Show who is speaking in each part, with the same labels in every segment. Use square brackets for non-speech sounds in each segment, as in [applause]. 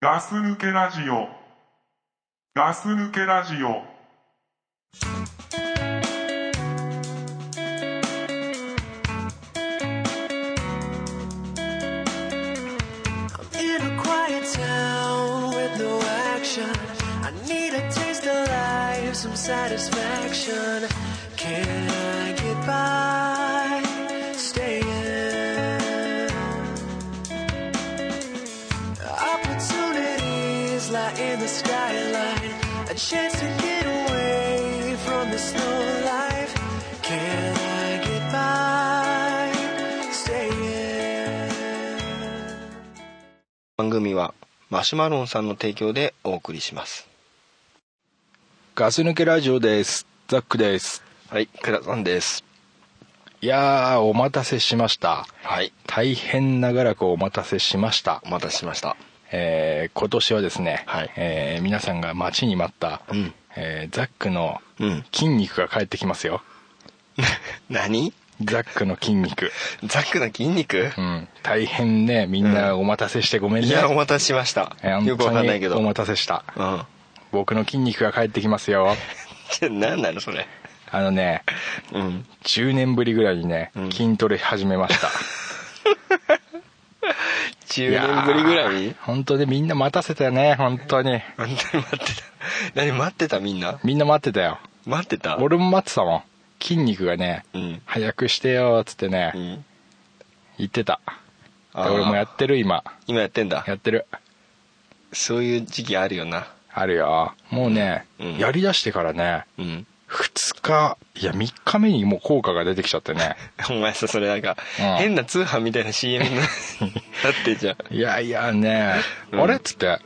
Speaker 1: ガス抜けラジオ。ガス抜けラジオ。
Speaker 2: In a quiet town with no action, I need a taste of life, some satisfaction. Can I get by staying? Opportunities lie in the skyline, a chance to get away from the snow life. Can I get by staying?
Speaker 3: 番組はマシュマロンさんの提供でお送りします
Speaker 4: ガス抜けラジオです。ザックです。
Speaker 3: はい倉さんです
Speaker 4: いやー、お待たせしました。
Speaker 3: はい
Speaker 4: 大変長らくお待たせしました
Speaker 3: お。待たせしました [laughs]
Speaker 4: えー今年はですね、
Speaker 3: はい
Speaker 4: えー皆さんが待ちに待った、
Speaker 3: うん
Speaker 4: えーザックの
Speaker 3: うん
Speaker 4: 筋肉が帰ってきますよ。
Speaker 3: 何
Speaker 4: ザックの筋
Speaker 3: [laughs]
Speaker 4: 肉。
Speaker 3: ザックの筋肉、
Speaker 4: うん。大変ね、みんなお待たせしてごめんね。
Speaker 3: いやお待たせしました
Speaker 4: えー
Speaker 3: よくわかんないけど
Speaker 4: 本当にお
Speaker 3: うん
Speaker 4: 待たせした。
Speaker 3: じゃ
Speaker 4: 僕の筋肉が帰ってきますよ。
Speaker 3: [laughs] 何なのそれ
Speaker 4: あ
Speaker 3: [laughs]
Speaker 4: のね、
Speaker 3: うん
Speaker 4: 10年ぶりぐらいにね、
Speaker 3: うん
Speaker 4: 筋トレ始めました。
Speaker 3: 10年ぶりぐらい
Speaker 4: やー本当でみんな待たせたよね本当に
Speaker 3: 本当に待ってた何待ってたみんな
Speaker 4: みんな待ってたよ
Speaker 3: 待ってた
Speaker 4: 俺も待ってたもん筋肉がね、
Speaker 3: うん
Speaker 4: 早くしてよっつってね、
Speaker 3: うん
Speaker 4: 言ってたで
Speaker 3: あー
Speaker 4: 俺もやってる今
Speaker 3: 今やってんだ
Speaker 4: やってる
Speaker 3: そういう時期あるよな
Speaker 4: あるよもうね、
Speaker 3: うん
Speaker 4: やりだしてからね
Speaker 3: うん [laughs]
Speaker 4: 2日いや3日目にもう効果が出てきちゃっ
Speaker 3: [laughs]
Speaker 4: てね
Speaker 3: お前さそれなんか、
Speaker 4: うん
Speaker 3: 変な通販みたいな CM にななってんじゃん
Speaker 4: いやいやね、
Speaker 3: うん
Speaker 4: あれっつって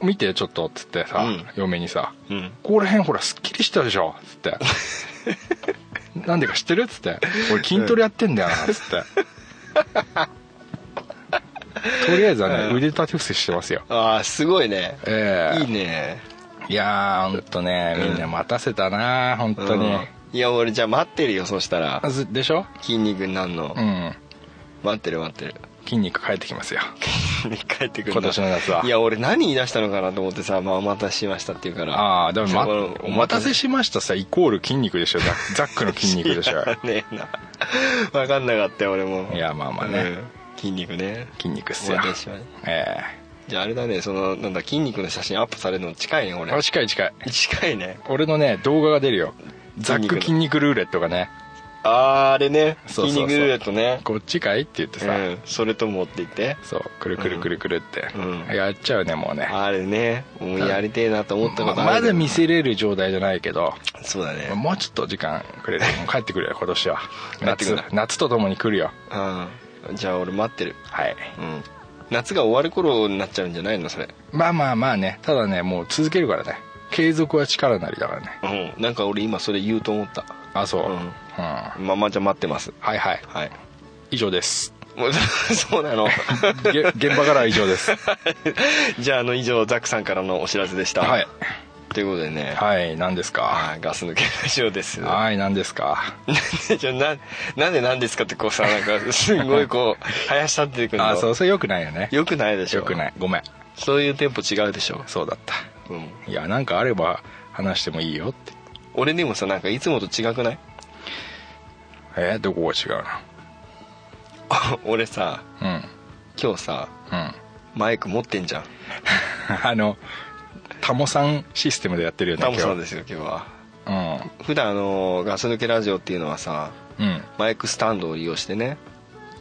Speaker 4: 見てちょっとっつってさ、
Speaker 3: うん
Speaker 4: 嫁にさ
Speaker 3: うん
Speaker 4: ここら辺ほらすっきりしたでしょ」つって
Speaker 3: [laughs]
Speaker 4: なんでか知ってる?」っつって「俺筋トレやってんだよな」
Speaker 3: [laughs]
Speaker 4: つってとりあえずはね、
Speaker 3: うん
Speaker 4: 腕立て伏せしてますよ
Speaker 3: ああすごいね
Speaker 4: ええ
Speaker 3: いいね
Speaker 4: いやーほんとねみんな待たせたな本当に、
Speaker 3: うんいや俺じゃあ待ってるよそしたら
Speaker 4: ずでしょ
Speaker 3: 筋肉になんの、
Speaker 4: うん
Speaker 3: 待ってる待ってる [laughs]
Speaker 4: 筋肉帰ってきますよ
Speaker 3: 帰ってくる
Speaker 4: 今年の夏はい
Speaker 3: や俺何言い出したのかなと思ってさ、まあ、お待たせしましたって言うから
Speaker 4: ああでも、ま、
Speaker 3: そう
Speaker 4: お待たせしましたさイコール筋肉でしょザッザックの筋肉で
Speaker 3: [laughs]
Speaker 4: しょ
Speaker 3: 知らねえな分かんなかったよ俺も
Speaker 4: いやまあまあね
Speaker 3: うん筋肉ね
Speaker 4: 筋肉っす
Speaker 3: お
Speaker 4: よ
Speaker 3: 待たせしました
Speaker 4: え
Speaker 3: じゃああれだねそのなんだ筋肉の写真アップされるの近いね
Speaker 4: え
Speaker 3: 俺
Speaker 4: あ近い近い
Speaker 3: 近いね
Speaker 4: 俺のね動画が出るよザ
Speaker 3: 筋
Speaker 4: ッ
Speaker 3: 肉
Speaker 4: ク
Speaker 3: の
Speaker 4: 筋肉ルーレットがね
Speaker 3: あああれね
Speaker 4: そう
Speaker 3: 筋
Speaker 4: そうそ
Speaker 3: 肉
Speaker 4: う
Speaker 3: ルーレットね
Speaker 4: こっちかいって言って
Speaker 3: う
Speaker 4: さ、
Speaker 3: んそれともって言って
Speaker 4: そうくるくるくるくるって、
Speaker 3: うん
Speaker 4: やっちゃうねもうね
Speaker 3: あれねもうやりてえなと思ったことあ
Speaker 4: ま
Speaker 3: るけど
Speaker 4: まだ見せれる状態じゃないけど
Speaker 3: そうだね
Speaker 4: もうちょっと時間くれるもう帰ってくるよ今年
Speaker 3: [laughs]
Speaker 4: は
Speaker 3: 帰ってくる
Speaker 4: 夏夏とともに来るよ
Speaker 3: うんじゃあ俺待ってる
Speaker 4: はい
Speaker 3: うん夏が終わる頃になっちゃうんじゃないのそれ
Speaker 4: まあまあまあねただねもう続けるからね継続は力なりだからね
Speaker 3: うんなんか俺今それ言うと思った
Speaker 4: あそう、
Speaker 3: う
Speaker 4: うんん
Speaker 3: まあまあじゃあ待ってます
Speaker 4: はいはい
Speaker 3: はい [laughs]
Speaker 4: 以上です
Speaker 3: もうそうなの [laughs]
Speaker 4: げ現場からは以上です
Speaker 3: じゃああの以上ザックさんからのお知らせでした
Speaker 4: はい
Speaker 3: ということでね
Speaker 4: はい何ですか
Speaker 3: あーガス抜けラジオです
Speaker 4: はい何ですか
Speaker 3: [laughs] じゃあななんでなんですかってこうさなんかすんごいこう林立ってくるの
Speaker 4: あそうそれよくないよね
Speaker 3: よくないでしょ
Speaker 4: よくないごめん
Speaker 3: そういうテンポ違うでしょ、
Speaker 4: そうだった
Speaker 3: うん、
Speaker 4: いやなんかあれば話してもいいよって
Speaker 3: 俺でもさなんかいつもと違くない [laughs]
Speaker 4: えーどこが違う
Speaker 3: 俺さ
Speaker 4: のうん
Speaker 3: 今日さ
Speaker 4: うん [laughs]
Speaker 3: マイク持ってんじゃん
Speaker 4: あのタモさんシステムでやってるよね
Speaker 3: タモさん
Speaker 4: 今
Speaker 3: ですよ今日は
Speaker 4: 日
Speaker 3: 普段あのガス抜けラジオっていうのはさ
Speaker 4: うん、うん、
Speaker 3: マイクスタンドを利用してね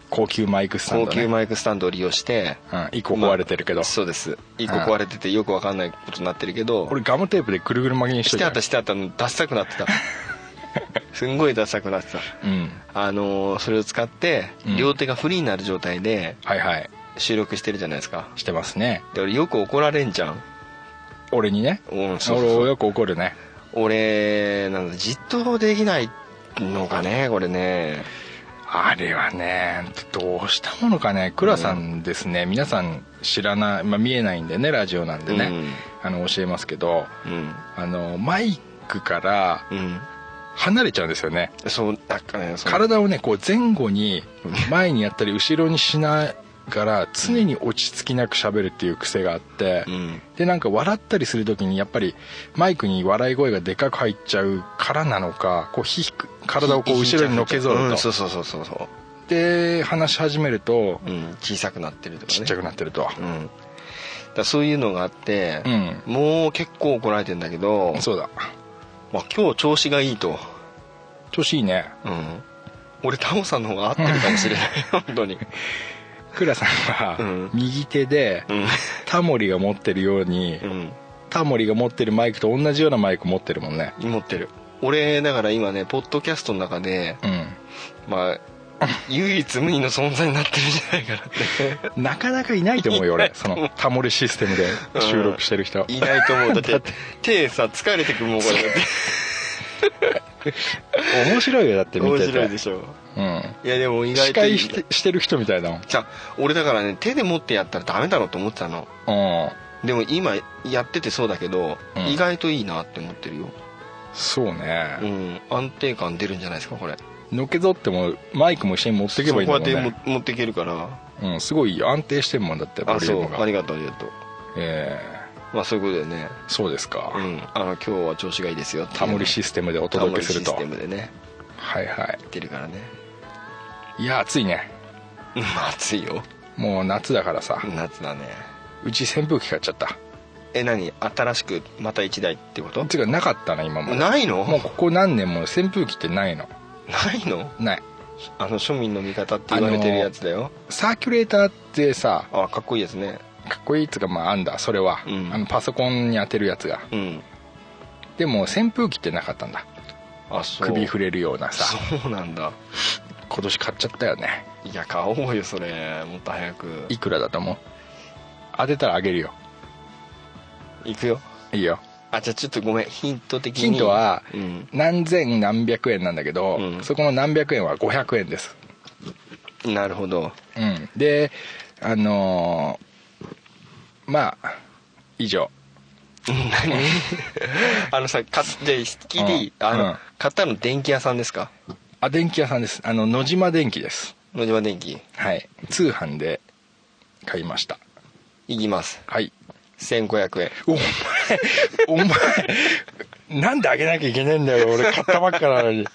Speaker 4: 高級マイクスタンド、
Speaker 3: 高
Speaker 4: ね、
Speaker 3: 級マイクスタンドを利用して
Speaker 4: うん一個壊れてるけど、
Speaker 3: まあそうです一個壊れててよくわかんないことになってるけど
Speaker 4: 俺ガムテープでぐるぐる巻きにし
Speaker 3: してて
Speaker 4: る
Speaker 3: あったしてあったのダサくな
Speaker 4: [laughs]
Speaker 3: ってたすんごいダサくなってた
Speaker 4: うん
Speaker 3: あのーそれを使って
Speaker 4: うん
Speaker 3: 両手がフリーになる状態で
Speaker 4: はいはい
Speaker 3: 収録してるじゃないですか
Speaker 4: してますね
Speaker 3: で俺よく怒られんじゃん
Speaker 4: 俺にね
Speaker 3: うんそうそう
Speaker 4: 俺よく怒るね
Speaker 3: 俺なんだ実動できないのかねこれね
Speaker 4: あれはねどうしたものかね倉さんですね、皆さん知らない、まあ、見えないんでねラジオなんでね、
Speaker 3: うん
Speaker 4: あの教えますけど
Speaker 3: うん
Speaker 4: あのマイクから
Speaker 3: うん
Speaker 4: 離れちゃうんですよね
Speaker 3: そうなんかねその
Speaker 4: 体をねこう前後に前にやったり後ろにしなから常に落ち着きなく喋るっていう癖があって、
Speaker 3: うん
Speaker 4: でなんか笑ったりする時にやっぱりマイクに笑い声がでかく入っちゃうからなのかこうひひく体をこう後ろにのけぞ
Speaker 3: う
Speaker 4: る
Speaker 3: んそ
Speaker 4: と
Speaker 3: うそうそうそうそ
Speaker 4: で話し始めると
Speaker 3: う、うん、小さくなってるとかね
Speaker 4: ちっちゃくなってると
Speaker 3: うん、だからそういうのがあって
Speaker 4: う、ん
Speaker 3: もう結構怒られてんだけど、
Speaker 4: そうだ
Speaker 3: まあ、今日調子がいいと、
Speaker 4: 調子いいね
Speaker 3: うん、俺タモさんの方が合ってるかもしれない
Speaker 4: [laughs]
Speaker 3: 本当に
Speaker 4: クラさん
Speaker 3: う
Speaker 4: は
Speaker 3: ん
Speaker 4: 右手で
Speaker 3: うん
Speaker 4: タモリが持ってるようにタモリが持ってるマイクと同じようなマイク持ってるもんね
Speaker 3: うん持ってる俺だから今ねポッドキャストの中で
Speaker 4: う
Speaker 3: まあ唯一無二の存在になってるんじゃないかな
Speaker 4: [laughs]
Speaker 3: っ
Speaker 4: んなかなかいないと思うよ俺そのタモリシステムで収録してる人
Speaker 3: ていないと思うだって [laughs] 手さ疲れてくも
Speaker 4: [laughs]
Speaker 3: んこれだっ
Speaker 4: 面白いよだってて見
Speaker 3: 面
Speaker 4: てて
Speaker 3: 白いでしょ
Speaker 4: うん
Speaker 3: いやでも意外
Speaker 4: 司
Speaker 3: といい
Speaker 4: 会してしてる人みたいだもん
Speaker 3: じゃあ俺だからね手で持ってやったらダメだろうと思ってたの
Speaker 4: うん
Speaker 3: でも今やっててそうだけど、
Speaker 4: うん
Speaker 3: 意外といいなって思ってるよ、
Speaker 4: そうね
Speaker 3: う、ん、安定感出るんじゃないですかこれ
Speaker 4: のけぞってもマイクも一緒に持っていけばいいんだもん
Speaker 3: そうこうやっ
Speaker 4: ね
Speaker 3: ても持っていけるから
Speaker 4: うん、すごい安定してるもんだってボ
Speaker 3: あ
Speaker 4: リュ
Speaker 3: そ
Speaker 4: ー
Speaker 3: う
Speaker 4: ム
Speaker 3: あ
Speaker 4: が
Speaker 3: りがとうありがとう
Speaker 4: ええ
Speaker 3: まあそういうことでね
Speaker 4: そうですか、
Speaker 3: うんあの今日は調子がいいですよっていう
Speaker 4: タモリシステムでお
Speaker 3: タモ
Speaker 4: 届
Speaker 3: リ
Speaker 4: けすると
Speaker 3: システムでね
Speaker 4: はいは
Speaker 3: 言ってるからね
Speaker 4: いいや暑いね
Speaker 3: うん暑いよ
Speaker 4: もう夏だからさ、
Speaker 3: 夏だね
Speaker 4: うち扇風機買っちゃった
Speaker 3: え何新しくまた1台ってこと
Speaker 4: ていうかなかったな今まで
Speaker 3: ないの
Speaker 4: もうここ何年も扇風機ってないの
Speaker 3: ないの
Speaker 4: ない
Speaker 3: あの庶民の味方って言われてるやつだよ
Speaker 4: サーキュレーターってさ
Speaker 3: あかっこいいですね
Speaker 4: かっこいいっつうかまああんだそれは、
Speaker 3: うん
Speaker 4: あのパソコンに当てるやつが
Speaker 3: うん
Speaker 4: でも扇風機ってなかったんだ
Speaker 3: あそう
Speaker 4: 首振れるようなさ
Speaker 3: そうなんだ
Speaker 4: 今年買っちゃったよね
Speaker 3: いや買おうよそれもっと早く
Speaker 4: いくらだと思う当てたらあげるよ
Speaker 3: 行くよ
Speaker 4: いいよ
Speaker 3: あじゃあちょっとごめんヒント的に
Speaker 4: ヒントは
Speaker 3: うん
Speaker 4: 何千何百円なんだけど、
Speaker 3: うん
Speaker 4: そこの何百円は500円です、
Speaker 3: なるほど
Speaker 4: うん、であのーまあ以上
Speaker 3: 何 [laughs] あのさかで聞いていい
Speaker 4: うん
Speaker 3: あの、
Speaker 4: うん
Speaker 3: 買ったの電気屋さんですか
Speaker 4: あ電気屋さんですあの野島電気です
Speaker 3: 野島電機
Speaker 4: はい通販で買いました
Speaker 3: いきます
Speaker 4: はい
Speaker 3: 1500円
Speaker 4: お前お前なんであげなきゃいけねえんだよ俺買ったばっかなのに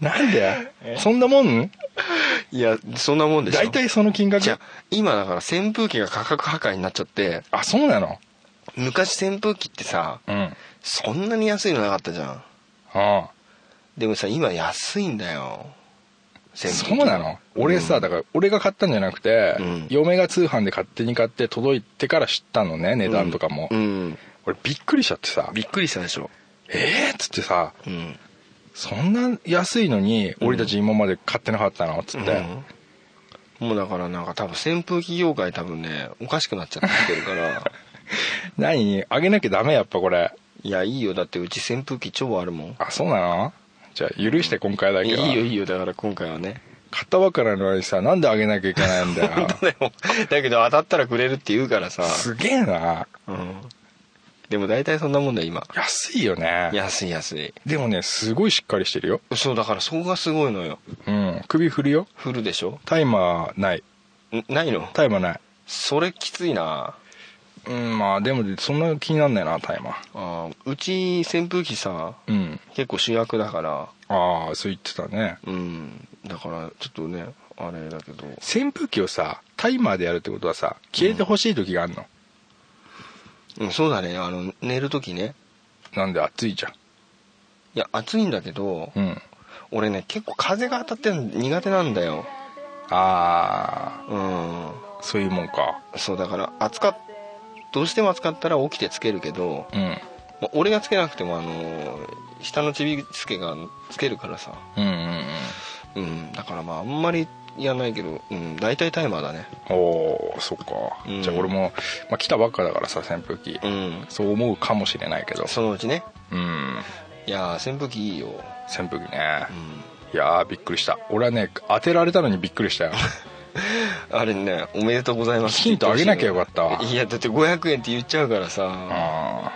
Speaker 4: なんでそんなもん
Speaker 3: いやそんなもんでしょ
Speaker 4: 大体その金額
Speaker 3: じゃあ今だから扇風機が価格破壊になっちゃって
Speaker 4: あそうなの
Speaker 3: 昔扇風機ってさ
Speaker 4: うんうん
Speaker 3: そんなに安いのなかったじゃんでもさ今安いんだよ扇風
Speaker 4: そ
Speaker 3: 機
Speaker 4: うなの俺さだから俺が買ったんじゃなくて、
Speaker 3: うん
Speaker 4: 嫁が通販で勝手に買って届いてから知ったのね値段とかも、
Speaker 3: うん
Speaker 4: 俺びっくりしちゃってさ
Speaker 3: びっくりしたでしょ
Speaker 4: えっ、っつってさ
Speaker 3: うん
Speaker 4: そんな安いのに俺たち今まで買ってなかったのっつって、
Speaker 3: うん、もうだからなんか多分扇風機業界多分ねおかしくなっちゃってるから
Speaker 4: [laughs] 何あげなきゃダメやっぱこれ
Speaker 3: いやいいよだってうち扇風機超あるもん
Speaker 4: あそうなのじゃあ許して今回だ
Speaker 3: いい
Speaker 4: けは
Speaker 3: よいいよだから今回はね
Speaker 4: 買ったばっかなのにさなんであげなきゃいけないん
Speaker 3: [laughs]
Speaker 4: だよ
Speaker 3: でもだけど当たったらくれるって言うからさ、
Speaker 4: すげえな
Speaker 3: うん、でも大体そんなもんだよ今
Speaker 4: 安いよね
Speaker 3: 安い安い
Speaker 4: でもねすごいしっかりしてるよ
Speaker 3: そうだからそこがすごいのよ
Speaker 4: うん首振るよ
Speaker 3: フルでしょ
Speaker 4: タイマーない
Speaker 3: んないの
Speaker 4: タイマーない
Speaker 3: それきついな
Speaker 4: うんまあでもそんな気になんないなタイマー
Speaker 3: あーうち扇風機さ
Speaker 4: うん
Speaker 3: 結構主役だから
Speaker 4: ああそう言ってたね
Speaker 3: うんだからちょっとねあれだけど
Speaker 4: 扇風機をさタイマーでやるってことはさ消えてほしい時があるの、
Speaker 3: うん、そうだねあの寝る時ね
Speaker 4: なんで暑いじゃん
Speaker 3: いや暑いんだけど、
Speaker 4: うん
Speaker 3: 俺ね結構風が当たってるの苦手なんだよ
Speaker 4: あ
Speaker 3: うん
Speaker 4: あそういうもんか
Speaker 3: そうだから暑かっどうしても暑かったら起きてつけるけど、
Speaker 4: うん
Speaker 3: まあ俺がつけなくてもあの下のちびつけがつけるからさ
Speaker 4: うんうん
Speaker 3: うんだからまああんまりやんないけど、うん、大体タイマーだね
Speaker 4: うんおおそっか、
Speaker 3: うん
Speaker 4: じゃあ俺も、まあ、来たばっかだからさ扇風機、
Speaker 3: うん
Speaker 4: そう思うかもしれないけど
Speaker 3: そのうちね
Speaker 4: うん
Speaker 3: いやー扇風機いいよ、
Speaker 4: 扇風機ね、
Speaker 3: うん、
Speaker 4: いやーびっくりした俺はね当てられたのにびっくり
Speaker 3: [laughs]
Speaker 4: したよ
Speaker 3: あれねおめでとうございます
Speaker 4: ヒントあげなきゃよか
Speaker 3: っ
Speaker 4: ったわ
Speaker 3: いやだって500円って言っちゃうからさ
Speaker 4: あ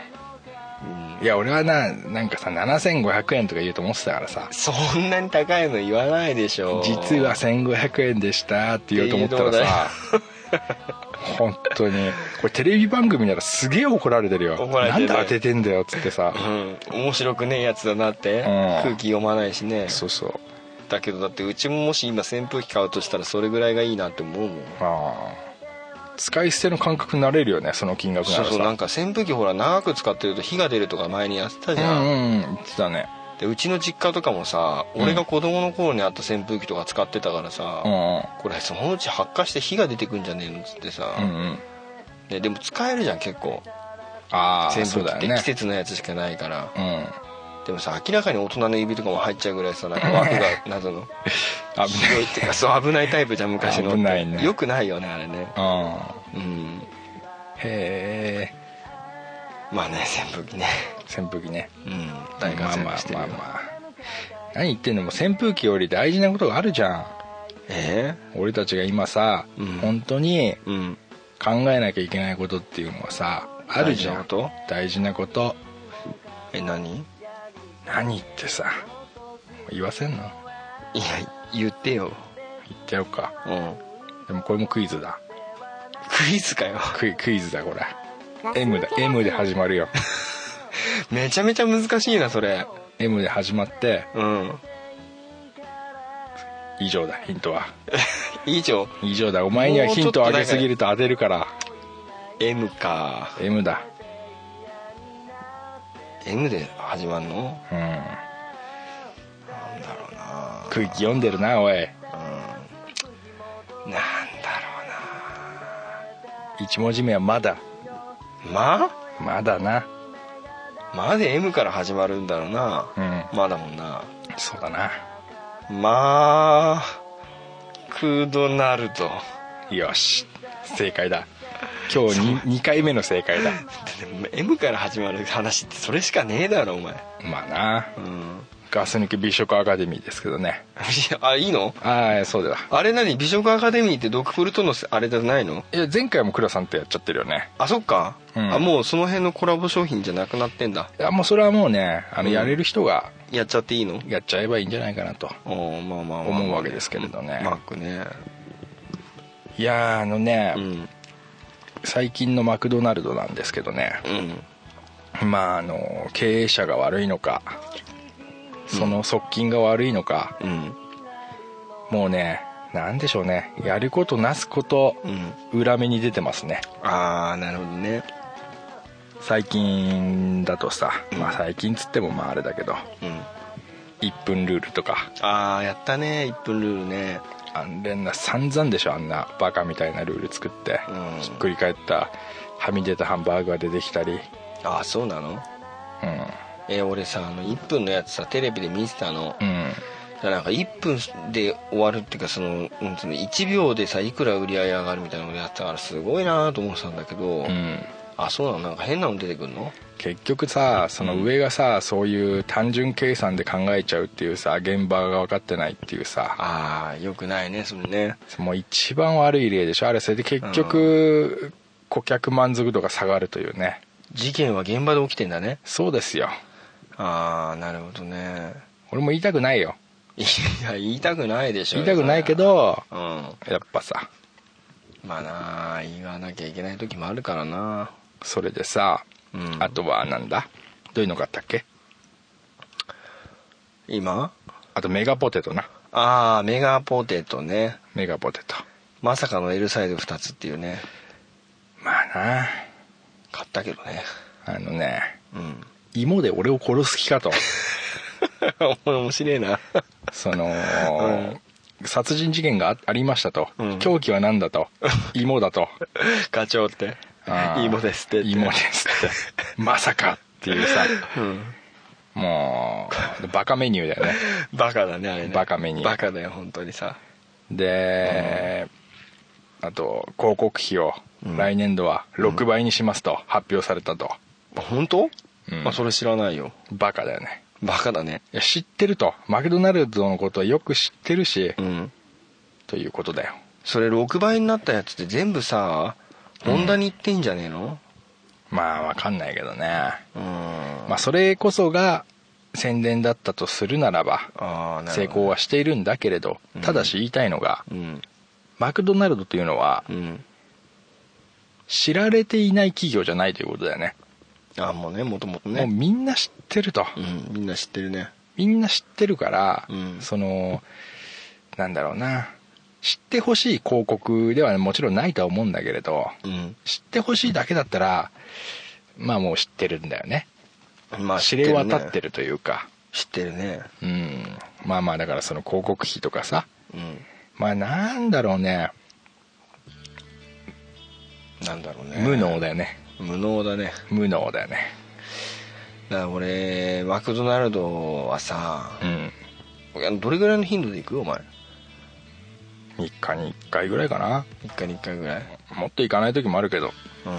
Speaker 3: うん
Speaker 4: いや俺はななんかさ7500円とか言うと思ってたからさ
Speaker 3: そんなに高いの言わないでしょ
Speaker 4: 実は1500円でしたって言おうと思ったらさ [laughs] 本当にこれテレビ番組ならすげえ怒られてるよ
Speaker 3: 怒られてる
Speaker 4: なんで当ててんだよっつってさ
Speaker 3: うん面白くねえやつだなって、空気読まないしね
Speaker 4: そうそう
Speaker 3: だけどだってうちももし今扇風機買うとしたらそれぐらいがいいなって思うもん
Speaker 4: ああ使い捨ての感覚になれるよねその金額なら
Speaker 3: そ
Speaker 4: さ
Speaker 3: うそうなんか扇風機ほら長く使ってると火が出るとか前にやってたじ
Speaker 4: う
Speaker 3: ゃん、
Speaker 4: んうんうん言ってたね
Speaker 3: でうちの実家とかもさ俺が子供の頃にあった扇風機とか使ってたからさ、
Speaker 4: うんうん
Speaker 3: これそのうち発火して火が出てくんじゃねえのっつってさ、
Speaker 4: うんうん
Speaker 3: ででも使えるじゃん結構
Speaker 4: あ
Speaker 3: 扇
Speaker 4: あそ
Speaker 3: 風機っ
Speaker 4: うだ
Speaker 3: て
Speaker 4: よね
Speaker 3: 季節のやつしかないから、
Speaker 4: うん
Speaker 3: でもさ明らかに大人の指とかも入っちゃうぐらいさなんか枠
Speaker 4: [laughs]
Speaker 3: が謎の
Speaker 4: 危ない
Speaker 3: 広いっていうかそう危ないタイプじゃん昔のって
Speaker 4: 危ないね
Speaker 3: よくないよねあれね
Speaker 4: うん
Speaker 3: うん
Speaker 4: へえ
Speaker 3: まあね扇風機ね
Speaker 4: 扇風機ね
Speaker 3: うん
Speaker 4: まあ
Speaker 3: 大
Speaker 4: まあ
Speaker 3: 活
Speaker 4: ま
Speaker 3: 躍してるよ、
Speaker 4: あまあ何言ってんのもう扇風機より大事なことがあるじゃん
Speaker 3: え
Speaker 4: 俺たちが今さ、
Speaker 3: うん
Speaker 4: 本当に
Speaker 3: えうん
Speaker 4: 考えなきゃいけないことっていうのはさあるじゃん
Speaker 3: 大事なこと
Speaker 4: 大事なこと
Speaker 3: え何
Speaker 4: 何言ってさ言わせんの言
Speaker 3: いや言ってよ
Speaker 4: っちゃおうか
Speaker 3: うん
Speaker 4: でもこれもクイズだ
Speaker 3: クイズかよ
Speaker 4: クイクイズだこれ M だ M で始まるよ [laughs]
Speaker 3: めちゃめちゃ難しいなそれ
Speaker 4: M で始まって
Speaker 3: うん
Speaker 4: 以上だヒントは
Speaker 3: 以上
Speaker 4: 以上だお前にはヒントをあげすぎると当てるから
Speaker 3: M か
Speaker 4: M だ
Speaker 3: M で始まるの
Speaker 4: うん
Speaker 3: なんだろうな
Speaker 4: 空気読んでるなおい
Speaker 3: なんだ
Speaker 4: 1文字目はまだ
Speaker 3: ろうな
Speaker 4: まだな
Speaker 3: 「ま」まで M から始まるんだろうな
Speaker 4: うん
Speaker 3: まだもんな
Speaker 4: そうだな
Speaker 3: マクドナルド
Speaker 4: よし正解だ今日 2, 2回目の正解だ
Speaker 3: でも M から始まる話ってそれしかねえだろお前
Speaker 4: まあな
Speaker 3: うん
Speaker 4: ガス抜き美食アカデミーですけどね
Speaker 3: いやあいいの
Speaker 4: ああそうだ
Speaker 3: あれ何美食アカデミーってドクフルとのあれじゃないの
Speaker 4: いや前回も倉さんとやっちゃってるよね
Speaker 3: あそっか、
Speaker 4: うん
Speaker 3: あもうその辺のコラボ商品じゃなくなってんだ
Speaker 4: いやもうそれはもうねあの
Speaker 3: うん
Speaker 4: やれる人が
Speaker 3: やっちゃっていいの
Speaker 4: やっちゃえばいいんじゃないかなと
Speaker 3: おーまあまあまあ
Speaker 4: 思うわけですけれどね
Speaker 3: マックね
Speaker 4: いやーあのね、
Speaker 3: うん
Speaker 4: 最近のマクドナルドなんですけどね
Speaker 3: うん
Speaker 4: まああの経営者が悪いのかその側近が悪いのか、
Speaker 3: うん
Speaker 4: もうねなんでしょうねやることなすこと
Speaker 3: うん
Speaker 4: 裏目に出てますね
Speaker 3: ああなるほどね
Speaker 4: 最近だとさ、
Speaker 3: うん
Speaker 4: まあ、最近つってもまああれだけど
Speaker 3: うん
Speaker 4: 1分ルールとか
Speaker 3: ああやったね1分ルールね
Speaker 4: あんれんな散々でしょあんなバカみたいなルール作って、
Speaker 3: うん
Speaker 4: ひっくり返ったはみ出たハンバーグが出てきたりうん
Speaker 3: ああそうなのえー俺さあの1分のやつさテレビで見てたの
Speaker 4: うん
Speaker 3: なんか1分で終わるっていうかその,、うん、その1秒でさいくら売り上げ上がるみたいなことやってたからすごいなと思ってたんだけど、
Speaker 4: うん
Speaker 3: あそうなのなんか変なの出てくるの
Speaker 4: 結局さその上がさ、そういう単純計算で考えちゃうっていうさ現場が分かってないっていうさ
Speaker 3: ああよくないねそれね
Speaker 4: もう一番悪い例でしょあれそれで結局、顧客満足度が下がるというね
Speaker 3: 事件は現場で起きてんだね
Speaker 4: そうですよ
Speaker 3: ああなるほどね
Speaker 4: 俺も言いたくないよ
Speaker 3: いや言いたくないでしょ
Speaker 4: 言いたくないけど
Speaker 3: それは
Speaker 4: やっぱさ
Speaker 3: うんまあなあ言わなきゃいけない時もあるからな
Speaker 4: それでさ、
Speaker 3: うん
Speaker 4: あとはなんだどういうのがあったっけ
Speaker 3: 今
Speaker 4: あとメガポテトな
Speaker 3: ああメガポテトね
Speaker 4: メガポテト
Speaker 3: まさかの L サイズ2つっていうね
Speaker 4: まあな
Speaker 3: 買ったけどね
Speaker 4: あのね
Speaker 3: うん
Speaker 4: 芋で俺を殺す気かと
Speaker 3: お前面白いな
Speaker 4: その、殺人事件があありましたと、
Speaker 3: うん
Speaker 4: 凶器は何だと
Speaker 3: [laughs]
Speaker 4: 芋だと
Speaker 3: [laughs] 課長って
Speaker 4: あー
Speaker 3: 芋ですってって
Speaker 4: 芋ですってまさかっていうさ
Speaker 3: うん
Speaker 4: もうバカメニューだよね
Speaker 3: [laughs] [laughs] バカだねあれね
Speaker 4: バカメニュー
Speaker 3: バカだよ本当にさ
Speaker 4: で、あと広告費を
Speaker 3: うん
Speaker 4: 来年度は6倍にしますと発表されたと、
Speaker 3: 本当、
Speaker 4: うん
Speaker 3: あそれ知らないよ
Speaker 4: バカだよね
Speaker 3: バカだね
Speaker 4: いや知ってるとマクドナルドのことはよく知ってるし、
Speaker 3: うん
Speaker 4: ということだよ
Speaker 3: それ6倍になったやつって全部さホンダに行ってんじゃねえの、
Speaker 4: まあわかんないけどね
Speaker 3: うん
Speaker 4: まあそれこそが宣伝だったとするならば
Speaker 3: あーなるほど
Speaker 4: 成功はしているんだけれど
Speaker 3: うん
Speaker 4: ただし言いたいのが、
Speaker 3: うん
Speaker 4: マクドナルドというのは
Speaker 3: うん
Speaker 4: 知られていない企業じゃないということだよね
Speaker 3: あもうねもともと
Speaker 4: もう
Speaker 3: ね
Speaker 4: みんな知ってると、
Speaker 3: うんみんな知ってるね
Speaker 4: みんな知ってるから、
Speaker 3: うん
Speaker 4: そのなんだろうな知ってほしい広告ではもちろんないとは思うんだけれど
Speaker 3: うん
Speaker 4: 知ってほしいだけだったらまあもう知ってるんだよね
Speaker 3: まあ
Speaker 4: 知れ渡って
Speaker 3: る
Speaker 4: るというか、
Speaker 3: 知ってるね
Speaker 4: うんまあまあだからその広告費とかさ
Speaker 3: うん
Speaker 4: まあなんだろうね
Speaker 3: なんだろうね
Speaker 4: 無能だよね
Speaker 3: 無能だね
Speaker 4: 無能だよね
Speaker 3: だから俺マクドナルドはさ
Speaker 4: うん
Speaker 3: どれぐらいの頻度で行くお前
Speaker 4: 3日に1回ぐらいかな
Speaker 3: 1回に1回ぐらい
Speaker 4: 持っていかない時もあるけど
Speaker 3: う